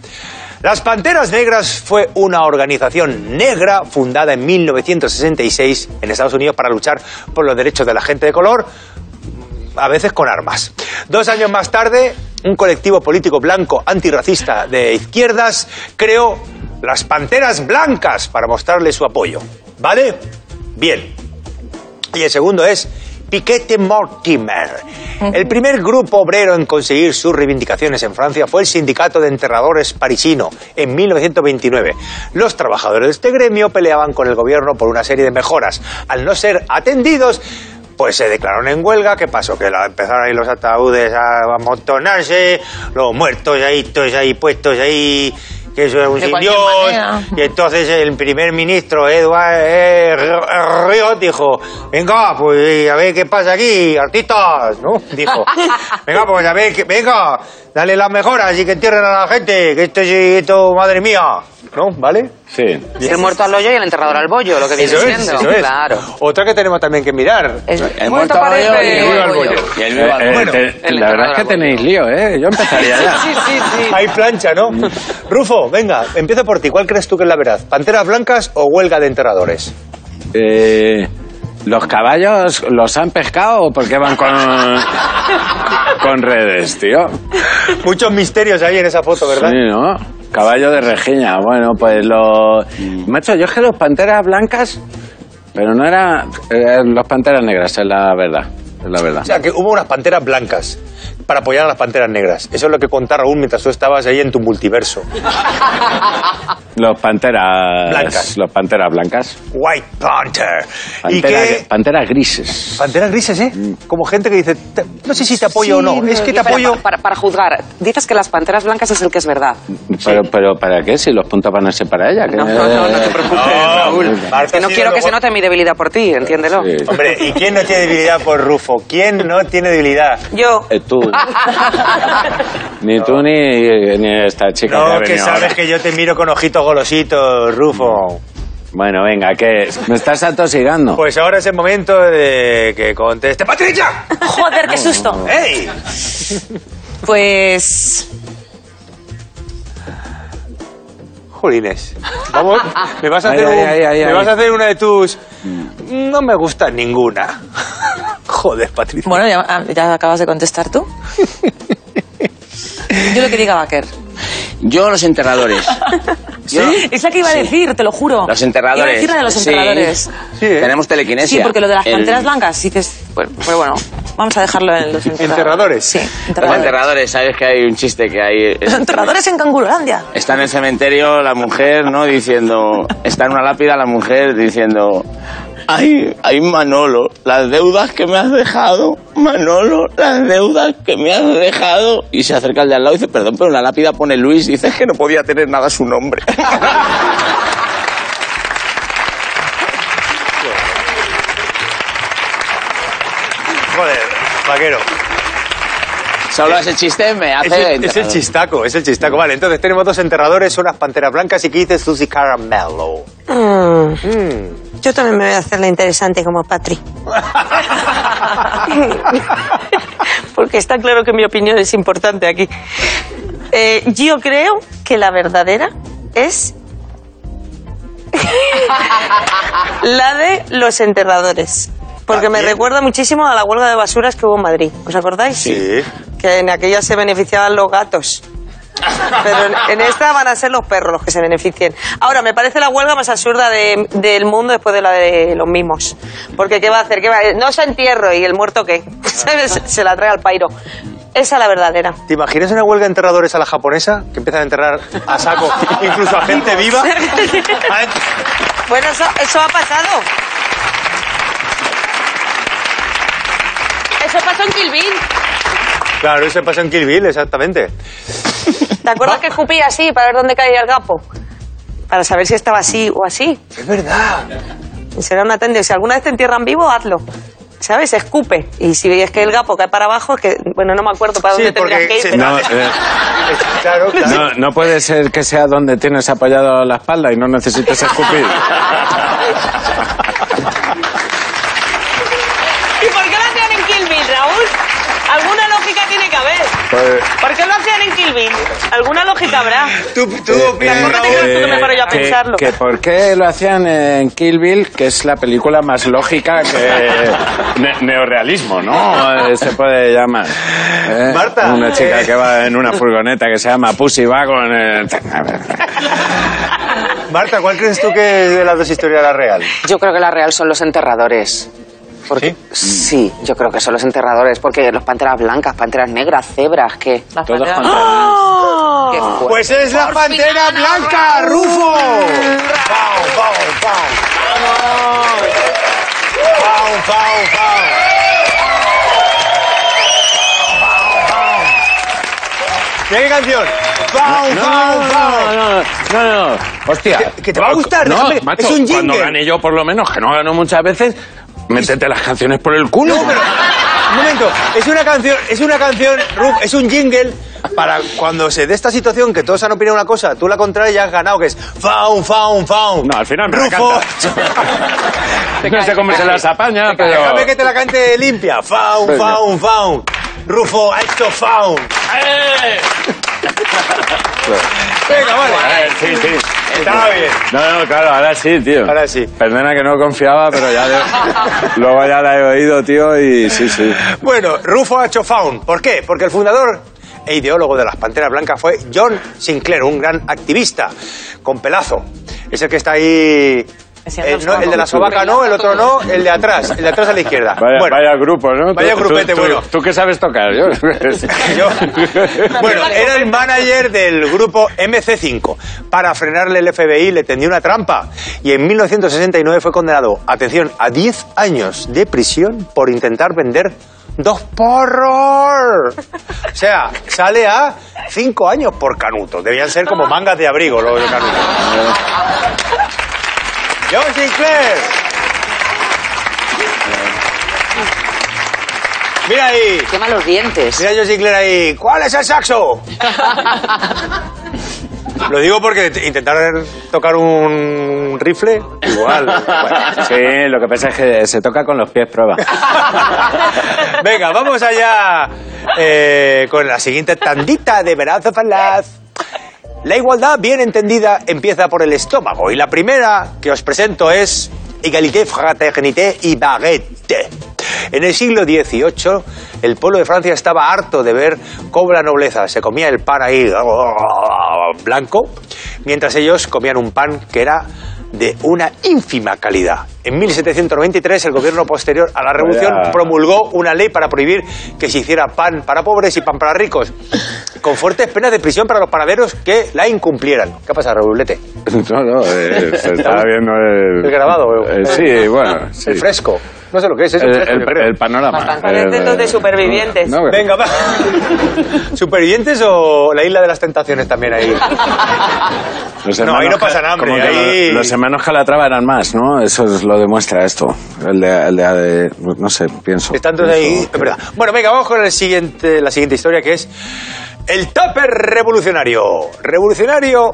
Las Panteras Negras fue una organización negra fundada en 1966 en Estados Unidos para luchar por los derechos de la gente de color, a veces con armas. Dos años más tarde, un colectivo político blanco antirracista de izquierdas creó las Panteras Blancas para mostrarle su apoyo. ¿Vale? Bien. Y el segundo es Piquete Mortimer. El primer grupo obrero en conseguir sus reivindicaciones en Francia fue el Sindicato de Enterradores Parisino en 1929. Los trabajadores de este gremio peleaban con el gobierno por una serie de mejoras. Al no ser atendidos, pues se declararon en huelga. ¿Qué pasó? Que la- empezaron ahí los ataúdes a amontonarse, los muertos ahí, todos ahí puestos ahí, que eso es un
De
sin
cualquier
Dios.
manera.
Y entonces el primer ministro, Eduard eh, R- Ríos, dijo, venga, pues a ver qué pasa aquí, artistas, ¿no? Dijo, venga, pues a ver, que- venga, dale las mejoras y que entierren a la gente, que esto, es- esto madre mía, ¿no? ¿Vale?
Sí.
El muerto al hoyo y el enterrador al bollo, lo que viene siendo.
eso es.
Claro.
Otra que tenemos también que mirar.
Es-
El
muerto
muerto al
parece-
hoyo y el vivo al
bollo.
bollo. Y el
Eh,
vivo al
eh,
bollo.
te-
el
la verdad
enterrador
es que
al
tenéis lío, ¿eh? Yo empezaría ya.
Sí, sí, sí.
Hay plancha, ¿no?
Mm.
Rufo, venga, empieza por ti. ¿Cuál crees tú que es la verdad? ¿Panteras blancas o huelga de enterradores?
Eh, ¿Los caballos los han pescado o por qué van con, con redes, tío?
Muchos misterios ahí en esa foto, ¿verdad?
Sí, ¿no? Caballo de Regiña. Bueno, pues los...
Mm.
Macho, yo es que los panteras blancas... Pero no era... eh, los panteras negras, es la verdad. Es la verdad.
O sea, que hubo unas panteras blancas para apoyar a las panteras negras. Eso es lo que contaba Raúl mientras tú estabas ahí en tu multiverso.
Los panteras...
Blancas.
Los panteras blancas.
White Panther. ¿Y
Pantera-
qué?
Panteras grises.
Panteras grises, ¿eh?
Mm.
Como gente que dice, "Te- no sé si te apoyo o no. Es que te
Pero
apoyo.
Para, para- para juzgar, dices que las panteras blancas es el que es verdad.
Pero, pero ¿para qué? Si los puntos van a ser para ella. que-
No, no, no, no te preocupes, Raúl.
Marta
Es que no
ha sido
quiero que
lo-
se note mi debilidad por ti, entiéndelo.
Sí.
Hombre, ¿y quién no tiene debilidad por Rufo? ¿Quién no tiene debilidad?
Yo,
Eh, tú. ni tú ni, ni esta chica que ha
No, que
venido
sabes
ahora.
que yo te miro con ojitos golositos, Rufo.
Bueno, venga, que me estás atosigando.
Pues ahora es el momento de que conteste. ¡Patricia!
Joder, qué susto.
¡Ey!
Pues.
Jolines. Vamos, me vas a
Ay,
hacer,
ay,
un-
ay, ay,
me
ay.
vas a hacer una de tus. No me gusta ninguna. Joder, Patricia.
Bueno, ya, ah, ya acabas de contestar tú. Yo lo que diga Baker.
Yo, los enterradores.
Es la que iba a decir, te lo juro.
Los
Iba a
enterradores.
decir la de los
Sí.
¿eh?
enterradores.
Tenemos telequinesia.
Sí, porque lo de las
El-
panteras blancas dices, pues, pues bueno, Vamos a dejarlo en los
Enterradores.
Sí,
Los
enterradores.
enterradores, ¿sabes que hay un chiste que hay? Es-
Enterradores en Cangurolandia.
Está en el cementerio la mujer, ¿no? Diciendo. Está en una lápida la mujer diciendo. Ay, ay, Manolo, las deudas que me has dejado. Manolo, las deudas que me has dejado. Y se acerca al de al lado y dice, perdón, pero en la lápida pone Luis. Y dice, es que no podía tener nada su nombre.
Joder, vaquero.
Solo ese chiste me hace.
Es el, es el
enterrador.
chistaco, es el chistaco. Vale, entonces tenemos dos enterradores, unas panteras blancas y que dice Susie Caramello.
Mm. Yo también me voy a hacer la interesante como Patri. Porque está claro que mi opinión es importante aquí. Eh, yo creo que la verdadera es la de los enterradores.
¿Ah,
Porque me recuerda muchísimo a la huelga de basuras que hubo en Madrid. ¿Os acordáis?
Sí.
Que en aquella se beneficiaban los gatos. Pero en, en esta van a ser los perros los que se beneficien. Ahora, me parece la huelga más absurda de- del mundo después de la de los mismos. Porque ¿qué va a hacer? ¿Qué va a- No se entierro y el muerto qué. ¿Sabes? se, la trae al pairo. Esa es la verdadera.
¿Te imaginas una huelga de enterradores a la japonesa? Que empiezan a enterrar a saco, incluso a gente viva.
Bueno, eso, eso ha pasado.
Eso pasó en Kilbin.
Claro, eso pasa en Kill Bill, exactamente.
¿Te acuerdas que escupía así para ver dónde caía el gapo? Para saber si estaba así o así.
Es verdad.
Será una tendencia. Si alguna vez te entierran vivo, hazlo. ¿Sabes? Escupe. Y si es que el gapo cae para abajo, es que, bueno, no me acuerdo para
Sí,
dónde tendrías
porque
que ir.
se-
pero-
No, eh,
Es- Claro, claro.
no, no puede ser que sea donde tienes apoyado la espalda y no necesites escupir.
¿Y por qué lo hacían en Kill Bill, Raúl? Alguna lógica tiene que haber.
Pues-
¿Por qué lo hacían en Kill Bill? Alguna lógica habrá.
Tú, tú opinas,
no te
Raúl.
creas tú que me paro yo a
Eh, que-
pensarlo.
que por qué lo hacían en Kill Bill, que es la película más lógica que ne- neorealismo, ¿no? Eh, Se puede llamar. Eh,
Marta.
Una chica que va en una furgoneta que se llama Pussy Wagon. eh,
Marta, ¿cuál crees tú que es de las dos historias la real?
Yo creo que la real son los enterradores. Porque, ¿Sí? yo creo que son los enterradores, porque los panteras blancas, panteras negras, cebras, que...
Todos contra
Qué fuerte.
Pues es la pantera blanca, Rufo. ¡Pau, pau, pau! ¡Pau, pau, pau! ¡Pau, pau! Mira qué canción! ¡Pau,
No,
pau,
no,
pau!
no, no, no. Hostia.
Que- que te va a gustar,
No,
déjame-
macho,
es un
cuando
jingle.
gane yo, por lo menos, que no gano muchas veces, métete las canciones por el culo.
No, pero- Un momento, es una canción, es una canción, Ruf, es un jingle para cuando se dé esta situación que todos han opinado una cosa, tú la contraria y ya has ganado, que es faun, faun, faun.
No, al final me la
Rufo.
no sé cómo se las apaña, pero...
Déjame que te la cante limpia. Faun,
Venga.
faun, faun. Rufo ha hecho faun.
¡Eh!
Venga,
A
vale.
ver, sí, sí.
Está bien.
No, no, claro, ahora sí, tío.
Ahora sí.
Perdona que no confiaba, pero ya... de- Luego ya la he oído, tío, y sí, sí.
Bueno, Rufo ha hecho faun. ¿Por qué? Porque el fundador e ideólogo de las Panteras Blancas fue John Sinclair, un gran activista con pelazo. Es el que está ahí...
Enseñando
El,
los
no, el de la
ojos.
sobaca no, el otro no, el de atrás, el de atrás a la izquierda.
Vaya,
Bueno,
vaya grupo, ¿no?
Vaya
Tú-
grupete,
tú-
bueno.
Tú, ¿Tú qué sabes tocar? Yo...
Yo- bueno, era el manager del grupo MC5. Para frenarle el FBI le tendió una trampa y en 1969 fue condenado, atención, a 10 años de prisión por intentar vender dos porros. O sea, sale a 5 años por canuto. Debían ser como mangas de abrigo los de canuto. John Sinclair. Mira ahí.
Quema los dientes.
Mira yo Sinclair ahí, ¿cuál es el saxo? Lo digo porque t- intentar tocar un rifle, igual. bueno.
Sí, lo que pasa es que se toca con los pies, prueba.
Venga, vamos allá eh, con la siguiente tandita de Verazo Falaz. La igualdad bien entendida empieza por el estómago y la primera que os presento es Egalité, Fraternité y Baguette. En el siglo XVIII, el pueblo de Francia estaba harto de ver cómo la nobleza se comía el pan ahí blanco, mientras ellos comían un pan que era de una ínfima calidad. En 1793 el gobierno posterior a la revolución
Vaya.
promulgó una ley para prohibir que se hiciera pan para pobres y pan para ricos, con fuertes penas de prisión para los panaderos que la incumplieran. ¿Qué pasa, Raulete?
No, no, eh, se estaba viendo el...
El grabado, eh.
Eh, sí, bueno, sí.
El fresco. No sé lo que es, es un
El,
fresco,
el-
yo creo.
el panorama.
Parecen
El-
los de supervivientes.
No,
Venga, va. ¿Supervivientes o la isla de las tentaciones también ahí?
Los
No,
hermanos
ahí no
Ca-
pasan hambre,
como que
ahí-
lo- Los hermanos Calatrava eran más, ¿no? Eso es- lo demuestra esto. El de, el de- de- no sé, pienso.
Están todos
pienso
ahí.
que-
Es verdad. Bueno, venga, vamos con el siguiente, la siguiente historia que es el tupper revolucionario. Revolucionario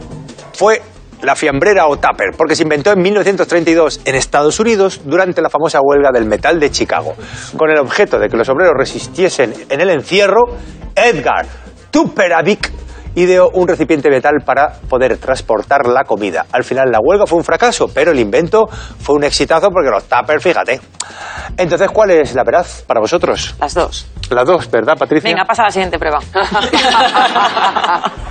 fue la fiambrera o tupper, porque se inventó en 1932 en Estados Unidos durante la famosa huelga del metal de Chicago, con el objeto de que los obreros resistiesen en el encierro. Edgar Tupperavik ideó un recipiente metal para poder transportar la comida. Al final la huelga fue un fracaso, pero el invento fue un exitazo porque los tuppers, fíjate. Entonces, ¿cuál es la verdad para vosotros?
Las dos.
Las dos, ¿verdad, Patricia?
Venga, pasa a la siguiente prueba.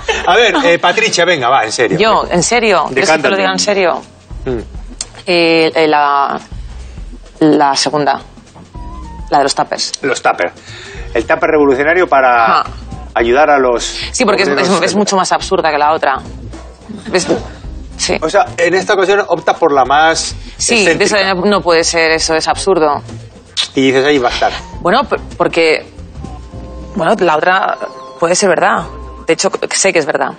A ver, eh, Patricia, venga, va, en serio.
Yo, en serio, ¿crees que te
Decántate.
lo diga en serio?
Mm.
Eh, eh, la, la segunda, la de los tapers.
Los tuppers. El tupper revolucionario para
Ah.
ayudar a los...
Sí, porque es, es-
obreros.
es mucho más absurda que la otra. Es- sí,
O sea, en esta ocasión optas por la más
sí de
excéntrica.
esa no no puede ser eso, es absurdo.
Y dices, ahí va a estar.
Bueno, p- porque. Bueno, la otra puede ser verdad. De hecho, sé que es verdad.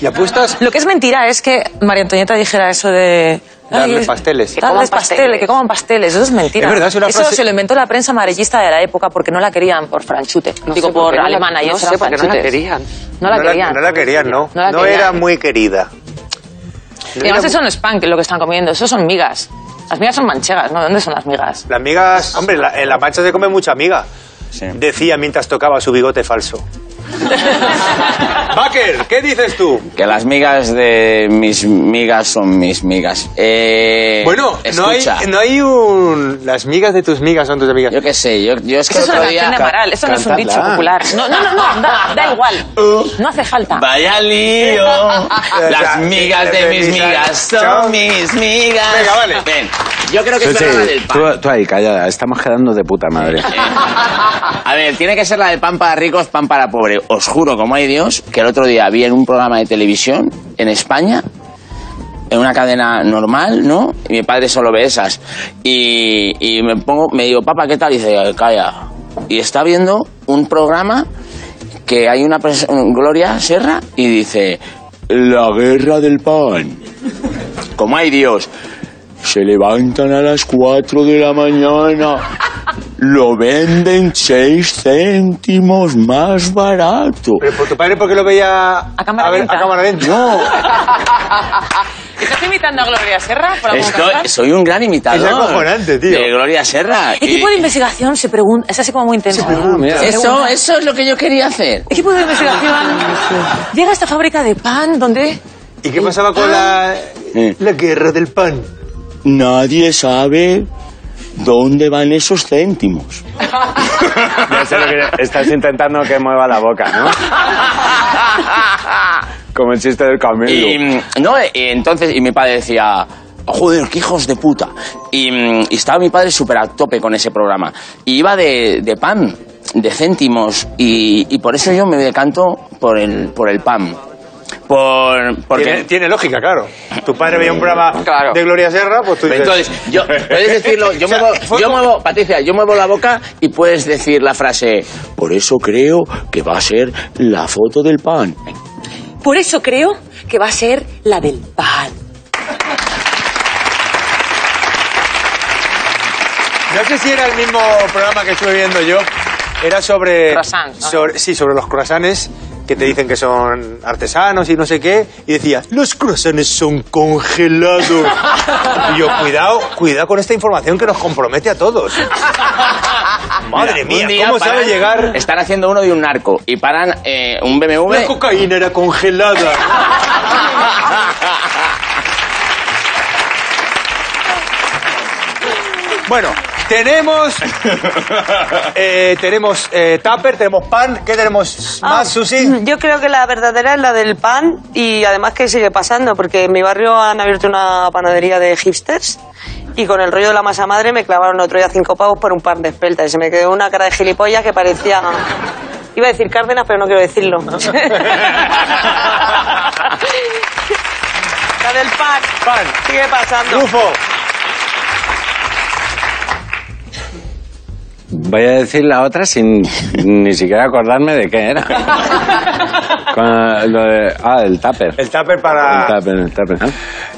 ¿Y apuestas?
Lo que es mentira es que María Antonieta dijera eso de.
Darles
"Ay,
pasteles".
Que darles
coman
pasteles,
pasteles.
que coman pasteles. Eso es mentira.
Es verdad, es una
eso
frase-
se lo inventó la prensa amarillista de la época porque no la querían por franchute.
No
digo,
sé
por
qué no la-
alemana. y
No
ellos
sé
eran
por qué no la
franchutes.
querían.
No la querían.
No la querían, ¿no?
No la
No
querían.
era muy querida.
Y además, eso no es pan que lo que están comiendo. Eso son migas. Las migas son manchegas, ¿no? ¿De dónde son las migas?
Las migas, hombre, la- en la mancha se come mucha miga.
Sí.
Decía mientras tocaba su bigote falso. Baker, ¿qué dices tú?
Que las migas de mis migas son mis migas. Eh,
Bueno, no hay,
escucha,
no hay un. Las migas de tus migas son tus amigas.
Yo qué sé, yo, yo es que
Eso es
otro
una
día...
canción de Amaral. Eso no es un
cantadla.
dicho popular. No, no, no, no, da, da igual. No hace falta.
Vaya lío. Las migas de mis migas son mis migas.
Venga, vale.
Ven, yo creo que
Sí,
es la del
sí,
pan.
tú, tú ahí, callada. Estamos quedando de puta madre.
A ver, tiene que ser la de pan para ricos, pan para pobre. Os juro, como hay Dios, que el otro día vi en un programa de televisión en España, en una cadena normal, ¿no? Y mi padre solo ve esas. Y, y me pongo, me digo, papá, ¿qué tal? Y dice, calla. Y está viendo un programa que hay una pres- Gloria Serra y dice, la guerra del pan. Como hay Dios. Se levantan a las 4 de la mañana lo venden seis céntimos más barato.
Pero por tu padre, ¿por qué lo veía a
cámara
ver-
lenta.
a cámara lenta? No.
¿Estás imitando a Gloria Serra por algún
Estoy,
casual?
soy un gran imitador.
Es acojonante, tío.
De Gloria Serra.
¿Qué tipo de investigación se pregunta? Es así como muy intenso.
mira.
Se
Eso,
pregunta,
eso es lo que yo quería hacer.
¿Qué tipo de investigación? Llega esta fábrica de pan donde...
¿Y qué pasaba con
Ah.
la. La guerra del pan?
Nadie sabe dónde van esos céntimos.
Ya sé lo que yo- estás intentando que mueva la boca, ¿no? Como el chiste del camello.
Y mm, no, eh, y entonces, y mi padre decía, joder, qué hijos de puta. Y, mm, y estaba mi padre súper a tope con ese programa. Y iba de, de pan, de céntimos, y, y por eso yo me decanto por el, por el pan. Por, porque...
Tiene, tiene lógica, claro. Tu padre veía un programa
Claro.
de Gloria Serra, pues tú dices.
Entonces, yo, puedes decirlo, yo,
O sea,
muevo,
fue
yo
como-
muevo- Patricia, yo muevo la boca y puedes decir la frase, por eso creo que va a ser la foto del pan.
Por eso creo que va a ser la del pan.
No sé si era el mismo programa que estuve viendo yo. Era sobre.
Croissants, ¿no?
sobre- sí, sobre los croissants que te dicen que son artesanos y no sé qué. Y decía, los croissants son congelados. y yo, cuidado, cuidado con esta información que nos compromete a todos. Madre mía,
Un día
¿cómo sabe
paran-
llegar?
Están haciendo uno de un narco y paran eh, un BMW.
La cocaína era congelada. bueno, Tenemos. eh, tenemos eh, tupper, tenemos pan. ¿Qué tenemos
Ah,
más, Susi?
Yo creo que la verdadera es la del pan y además que sigue pasando, porque en mi barrio han abierto una panadería de hipsters y con el rollo de la masa madre me clavaron otro día cinco pavos por un pan de espelta y se me quedó una cara de gilipollas que parecía... Iba a decir Cárdenas, pero no quiero decirlo. la del pan.
Pan.
Sigue pasando.
Rufo.
Voy a decir la otra sin ni siquiera acordarme de qué era. Con lo de- ah, el tupper.
El tupper
El
para.
tupper, el tupper. ¿no?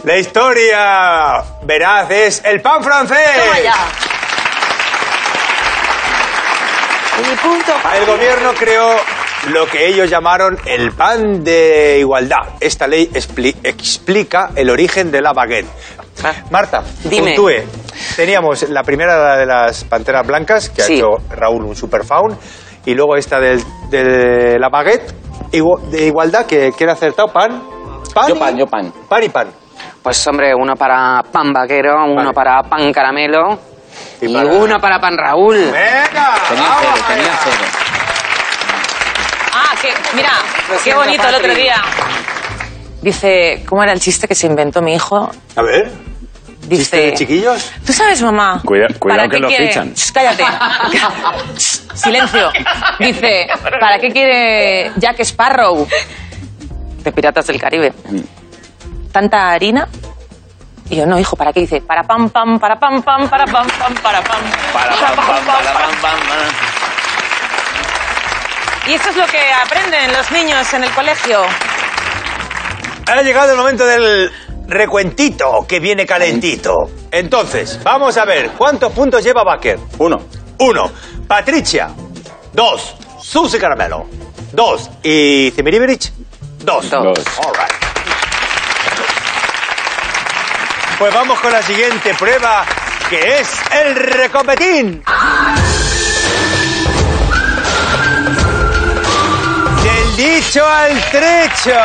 La historia veraz es el pan francés.
Toma ya. Y punto.
El gobierno creó lo que ellos llamaron el pan de igualdad. Esta ley expli- explica el origen de la baguette. Marta,
Dime.
puntúe. Teníamos la primera la de las panteras blancas, que
Sí.
ha hecho Raúl un superfaun, y luego esta del- de la baguette igu- de igualdad, que, quiere acertado pan. pan
Yo
y-
pan, yo pan.
Pan y pan.
Pues hombre, uno para pan vaquero, uno
Vale.
para pan caramelo
Y
y,
para-
uno para pan Raúl.
¡Venga!
Tenía
vamos
cero, tenía
allá.
cero.
Ah, que, mira, qué
siento,
bonito el otro
Patri.
día. Dice, ¿cómo era el chiste que se inventó mi hijo?
A ver, ¿chiste
Dice,
de chiquillos?
¿tú sabes, mamá?
Cuida- cuidado
¿para
que
qué
lo
quiere-
fichan.
Shh, cállate. Shh, Silencio. Dice, ¿para qué quiere Jack Sparrow de Piratas del Caribe? ¿Tanta harina? Y yo, no, hijo, ¿para qué? Dice, para pam, pam, para pam, pam, para pam, pam, para pam.
Para, pam, pam, para, pam, pam, pam.
Y eso es lo que aprenden los niños en el colegio.
Ha llegado el momento del recuentito que viene calentito. Entonces, vamos a ver cuántos puntos lleva Baker.
Uno.
Uno, Patricia. Dos, Susi Caramelo. Dos, y Zimiriberich. Dos.
Dos.
Dos.
All right. Pues vamos con la siguiente prueba, que es el recopetín. Del dicho al trecho.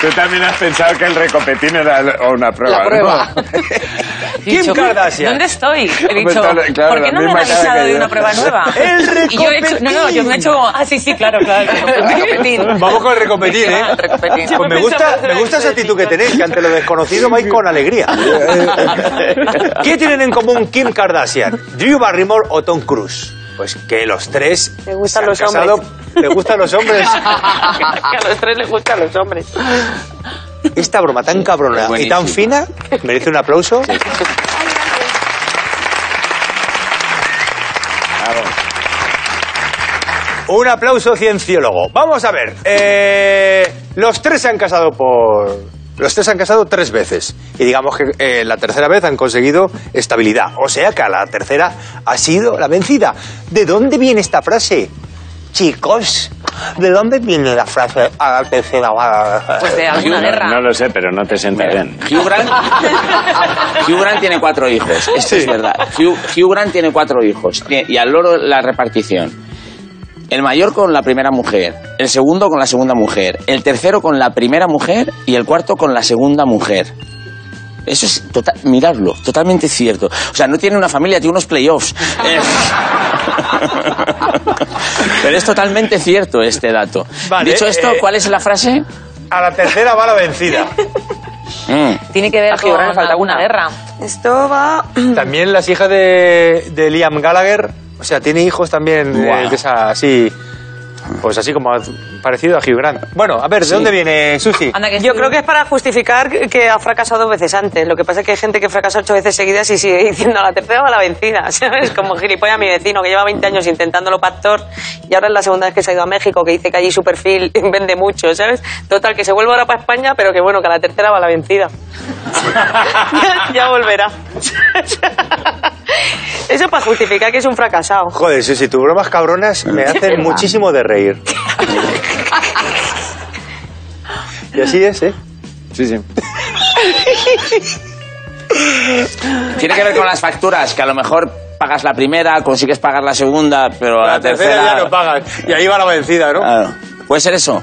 Tú también has pensado que el recopetín era una prueba.
La
¿no?
prueba.
He
Kim
dicho,
Kardashian.
¿Dónde estoy? He
Hombre,
dicho,
está la- claro,
¿por
la
qué no me han
misma cara
avisado
que
de
yo.
una prueba nueva?
El
y yo he hecho, no, no, yo me he hecho como, ah, sí, sí, claro, claro. Recopetín.
Vamos con el recopetir, ¿eh?
Ah, recopetín.
Pues me gusta, me gusta esa actitud que tenéis, que ante lo desconocido vais con alegría. ¿Qué tienen en común Kim Kardashian, Drew Barrymore o Tom Cruise? Pues que los tres
Le gustan
se han
los
casado,
hombres.
le gustan los hombres.
Que a los tres les gustan los hombres.
Esta broma tan cabrona y tan fina merece un aplauso. Un aplauso cienciólogo. Vamos a ver. eh, los tres se han casado por. Los tres se han casado tres veces. Y digamos que eh, la tercera vez han conseguido estabilidad. O sea que a la tercera ha sido la vencida. ¿De dónde viene esta frase? Chicos, ¿de dónde viene la frase a la tercera?
Pues de alguna
No,
guerra.
no lo sé, pero no te sienta bien.
Hugh Grant, Hugh Grant tiene cuatro hijos, esto es verdad. Hugh, Hugh Grant tiene cuatro hijos tie- y al loro la repartición. El mayor con la primera mujer, el segundo con la segunda mujer, el tercero con la primera mujer y el cuarto con la segunda mujer. Eso es, total, miradlo, totalmente cierto. O sea, no tiene una familia, tiene unos playoffs. Eh, Pero es totalmente cierto este dato.
Vale,
Dicho esto,
eh,
¿cuál es la frase?
A la tercera va la vencida.
Mm.
Tiene que ver
A Hugh Grant
con
le falta
alguna
una.
guerra.
Esto va...
También las hijas de, de Liam Gallagher, o sea, tiene hijos también eh,
Guau.
de esa, así, pues así como a- parecido a Hugh Grant. Bueno, a ver, ¿de dónde viene Susi?
Anda, que
Yo
sí.
creo que es para justificar que ha fracasado dos veces antes. Lo que pasa es que hay gente que fracasa ocho veces seguidas y sigue diciendo a la tercera va la vencida. ¿Sabes? Como gilipollas mi vecino que lleva 20 años intentándolo pastor y ahora es la segunda vez que se ha ido a México, que dice que allí su perfil vende mucho, ¿sabes? Total, que se vuelve ahora para España, pero que bueno, que a la tercera va la vencida. ya, ya volverá. Eso para justificar que es un fracasado.
Joder, Susi, tus bromas cabronas me hacen muchísimo de reír. Y así es, ¿eh?
Sí, sí.
Tiene que ver con las facturas, que a lo mejor pagas la primera, consigues pagar la segunda, pero la, tercera...
ya no pagan. Y ahí va la Ah. vencida, ¿no?
Claro. Puede ser eso,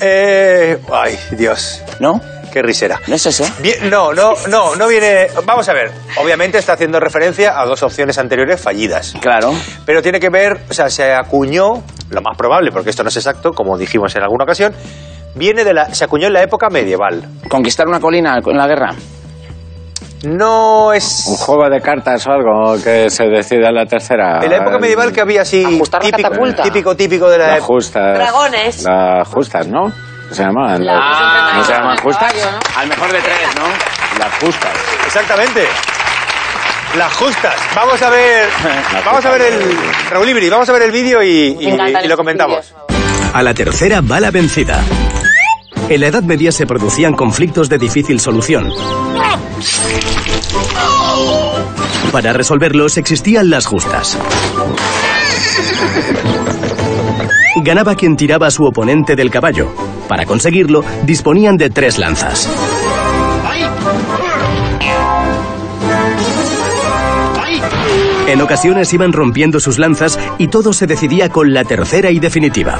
Eh, ay, Dios.
¿no?
Que qué risera.
¿No es eso?
Bien- no, no, no, no viene. Vamos a ver. Obviamente está haciendo referencia a dos opciones anteriores fallidas.
Claro.
Pero tiene que ver, o sea, se acuñó, lo más probable, porque esto no es exacto, como dijimos en alguna ocasión, viene de la. se acuñó en la época medieval.
¿Conquistar una colina con la guerra?
No es.
¿Un juego de cartas o algo que se decida la tercera?
En la época medieval que había así.
Ajustar la
típico,
catapulta.
típico, típico de la
Las
época.
justas.
Dragones.
Las justas, ¿no? ¿Se llamaban? Las-
Ah,
¿No se llaman justas?
Al mejor de tres, ¿no?
Las justas.
Exactamente. Las justas. Vamos a ver.
Las
Vamos a ver
justas.
el. Raúl Ibri, vamos a ver el vídeo y, y-
Me encantan
y lo
esos
comentamos.
vídeos.
A la tercera va la vencida. En la Edad Media se producían conflictos de difícil solución. Para resolverlos existían las justas. Ganaba quien tiraba a su oponente del caballo. Para conseguirlo, disponían de tres lanzas. En ocasiones iban rompiendo sus lanzas y todo se decidía con la tercera y definitiva.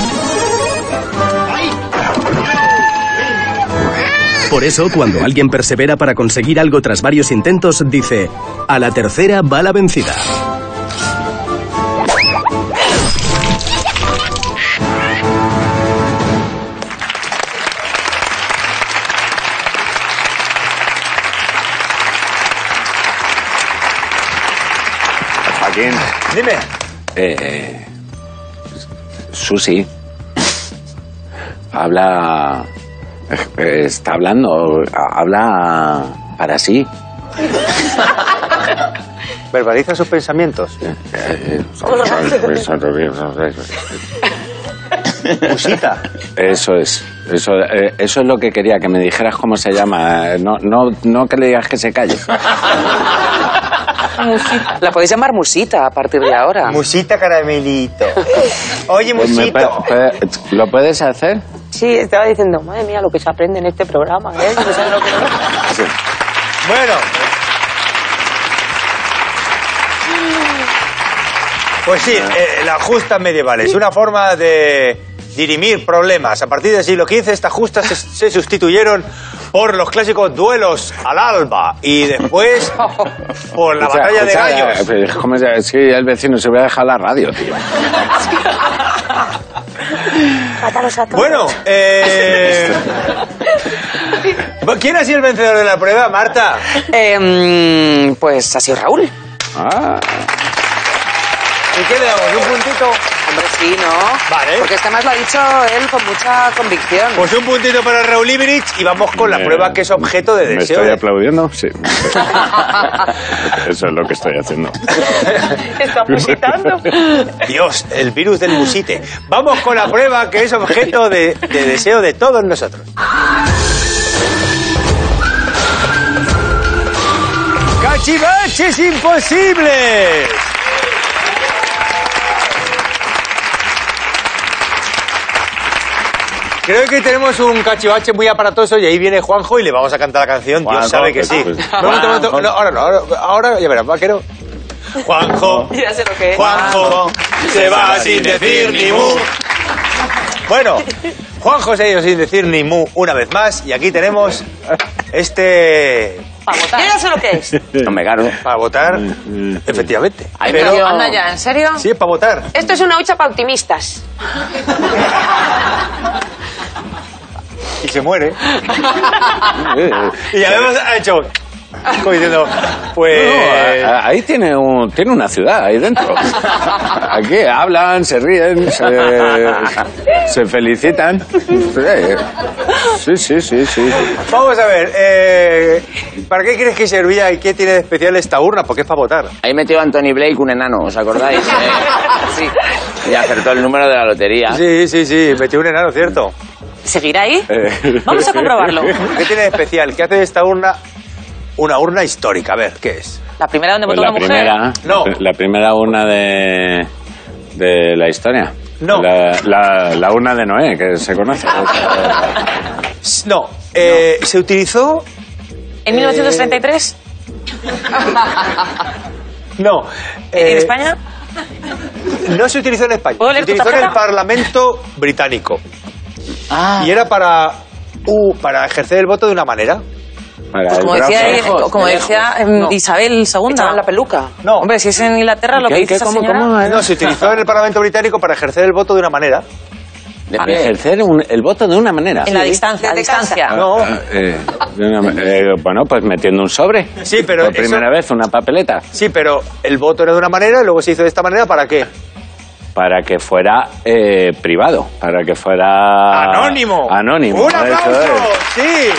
Por eso, cuando alguien persevera para conseguir algo tras varios intentos, dice, a la tercera va la vencida.
Joaquín.
Dime.
Eh, Susi habla, eh, está hablando, ha- habla para sí.
Verbaliza sus pensamientos. Musita.
Eso es, eso, eh, eso es lo que quería, que me dijeras cómo se llama, eh, no, no, no que le digas que se calle.
La podéis llamar Musita a partir de ahora.
Musita caramelito. Oye,
Pues me
musito.
pa- pa- ¿Lo puedes hacer?
Sí, estaba diciendo, madre mía, lo que se aprende en este programa, ¿eh? No sabes lo que no.
Bueno. Pues sí,
Ah.
eh, las justas medievales. Una forma de dirimir problemas. A partir del siglo XV, estas justas se, se sustituyeron por los clásicos duelos al alba y después por la
O sea,
batalla de
escucha,
gallos.
eh, ¿cómo se- sí, el vecino se voy a dejar la radio, tío.
Mátalos a todos.
Bueno, eh, ¿quién ha sido el vencedor de la prueba, Marta?
Eh, mm, pues ha sido Raúl.
Ah,
¿Y qué le damos? ¿Un puntito?
Hombre, sí, ¿no?
Vale.
Porque este más lo ha dicho él con mucha convicción.
Pues un puntito para Raúl Ibrich y vamos con la
Eh,
prueba que es objeto de
¿Me
deseo.
estoy
¿eh?
aplaudiendo? Sí. Eso es lo que estoy haciendo.
Está musitando.
Dios, el virus del musite. Vamos con la prueba que es objeto de, de deseo de todos nosotros. ¡Cachivaches imposibles! Creo que tenemos un cachivache muy aparatoso y ahí viene Juanjo y le vamos a cantar la canción.
Juanjo,
Dios sabe que sí.
pues,
Un momento, un momento. No, ahora no, ahora, ahora ya verás, vaquero. Juanjo.
Ya sé lo que es.
Juanjo se va sin decir ni mu. Bueno, Juanjo se ha ido sin decir ni mu una vez más y aquí tenemos este
Para
Yo
votar.
ya sé lo que es.
no me gano.
para votar, efectivamente.
Pero, anda ya, ¿en serio?
Sí, es para votar.
Esto es una hucha para optimistas.
Y se muere.
Eh,
Y ya hemos hecho como diciendo, pues
No, a- a- ahí tiene, un- tiene una ciudad, ahí dentro. Aquí hablan, se ríen, se, se felicitan. Eh, Sí, sí, sí, sí.
vamos a ver. eh, ¿Para qué crees que servía y qué tiene de especial esta urna? Porque es para votar.
Ahí metió Anthony Blake un enano, ¿os acordáis? sí. Y acertó el número de la lotería.
Sí, sí, sí. Metió un enano, cierto.
¿Seguirá ahí?
Eh.
Vamos a comprobarlo.
¿Qué tiene de especial? ¿Qué hace de esta urna una urna histórica? A ver, ¿qué es?
La primera donde
Pues
votó
la
una mujer.
primera,
No.
la primera una de, de la historia.
No.
La, la, la una de Noé, que se conoce.
No, eh, se utilizó.
¿En 1933?
No.
¿En
eh,
España?
No se utilizó en España.
¿Puedo
Se
leer tu
utilizó en el
tarjeta? Ah.
Parlamento británico. Y era para uh, para ejercer el voto de una manera.
Para
Pues
el
como
brazo.
decía, eh, como decía em,
No.
Isabel II.
Echaban la peluca.
No.
Hombre, si es en Inglaterra lo
¿Qué?
que dice
¿Qué?
esa
¿Cómo?
señora...
¿Cómo? eh?
No, se utilizó en el Parlamento Británico para ejercer el voto de una manera.
De ejercer un- Eh, el voto de una manera.
En la distancia, a
Desde casa.
distancia.
No.
Ah, eh, de una ma- eh, bueno, pues metiendo un sobre.
Sí, pero
Por primera
eso-
vez una papeleta.
Sí, pero el voto era de una manera y luego se hizo de esta manera, ¿para qué?
Para que fuera eh, privado. Para que fuera.
¡Anónimo!
Ah, Anónimo.
¡Un
eso
aplauso!
es.
¡Sí!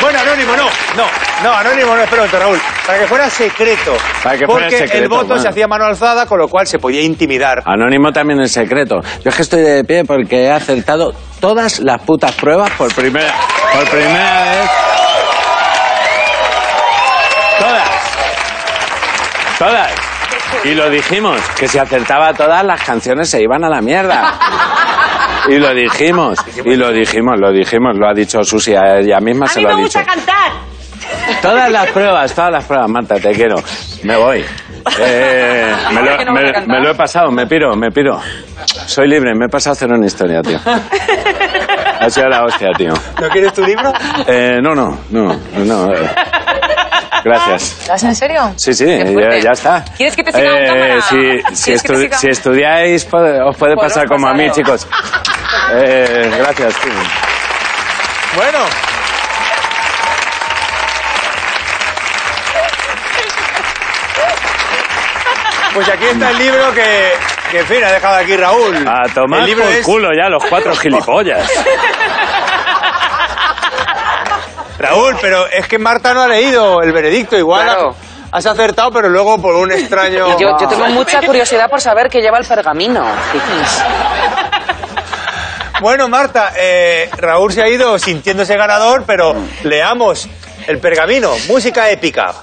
Bueno, anónimo no, no, no, anónimo no es pronto, Raúl. Para que fuera secreto.
Para que fuera
porque
secreto,
el voto
bueno.
se hacía mano alzada, con lo cual se podía intimidar.
Anónimo también es secreto. Yo es que estoy de pie porque he acertado todas las putas pruebas por primera, por primera vez. Todas. Todas. Y lo dijimos, que si acertaba todas las canciones se iban a la mierda. Y lo dijimos, y lo dijimos, lo dijimos, lo ha dicho Susi, a ella misma
A
se
mí
lo ha
me
dicho.
gusta cantar.
Todas las pruebas, todas las pruebas, Marta, te quiero. Me voy. Eh, me,
Ahora que no
lo,
vas a
me-
cantar.
me lo he pasado, me piro, me piro. Soy libre, me he pasado a hacer una historia, tío. Ha sido la hostia, tío.
¿No quieres tu libro?
Eh, no, no, no, no. eh. Gracias.
¿Estás en serio?
Sí, sí,
Qué
ya,
fuerte.
ya está.
¿Quieres que te siga en
Eh,
cámara?
Si, si,
¿Quieres que te
estu-
siga?
si estudiáis, puede- os puede
Podemos
pasar como a mí,
pasarlo.
chicos. Eh, gracias, tío.
Bueno. Pues aquí está el libro que, que en fin, ha dejado aquí Raúl.
A tomar
el libro
por
es
culo ya los cuatro gilipollas.
Raúl, pero es que Marta no ha leído el veredicto. Igual
Ah. Claro.
has, has acertado, pero luego por un extraño...
Y yo, yo tengo mucha curiosidad por saber qué lleva el pergamino.
Bueno, Marta, eh, Raúl se ha ido sintiéndose ganador, pero leamos el pergamino. Música épica.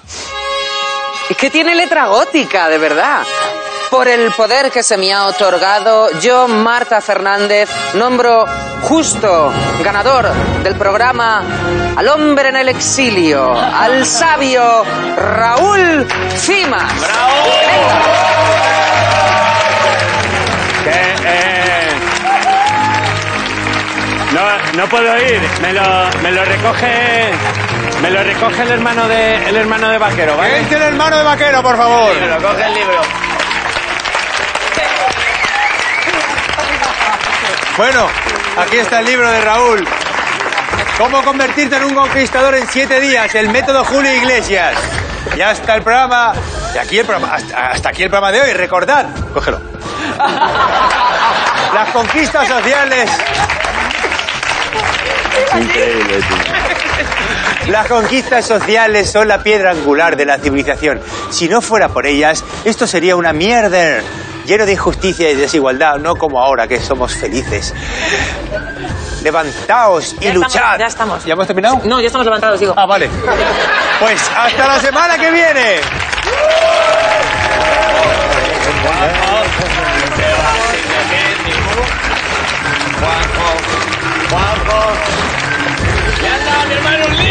Es que tiene letra gótica, de verdad. Por el poder que se me ha otorgado, yo, Marta Fernández, nombro justo ganador del programa al hombre en el exilio, al sabio Raúl Cimas.
Que, eh, no, no puedo ir. Me lo, me lo recoge. Me lo recoge el hermano de el hermano de vaquero,
Que
¿vale?
entre Este el hermano de vaquero, por favor.
Coge el libro.
Bueno, aquí está el libro de Raúl. ¿Cómo convertirte en un conquistador en siete días? El método Julio Iglesias. Ya está el programa. Y aquí el programa hasta, hasta aquí el programa de hoy. Recordad. Cógelo. Las conquistas sociales.
Increíble, tío.
Las conquistas sociales son la piedra angular de la civilización. Si no fuera por ellas, esto sería una mierda lleno de injusticia y desigualdad, no como ahora que somos felices. Levantaos y
Ya estamos,
luchad.
ya estamos.
¿Ya hemos terminado?
No, ya estamos levantados, digo.
Ah, vale. Pues hasta la semana que viene.
¡Ya está, mi hermano, un libro!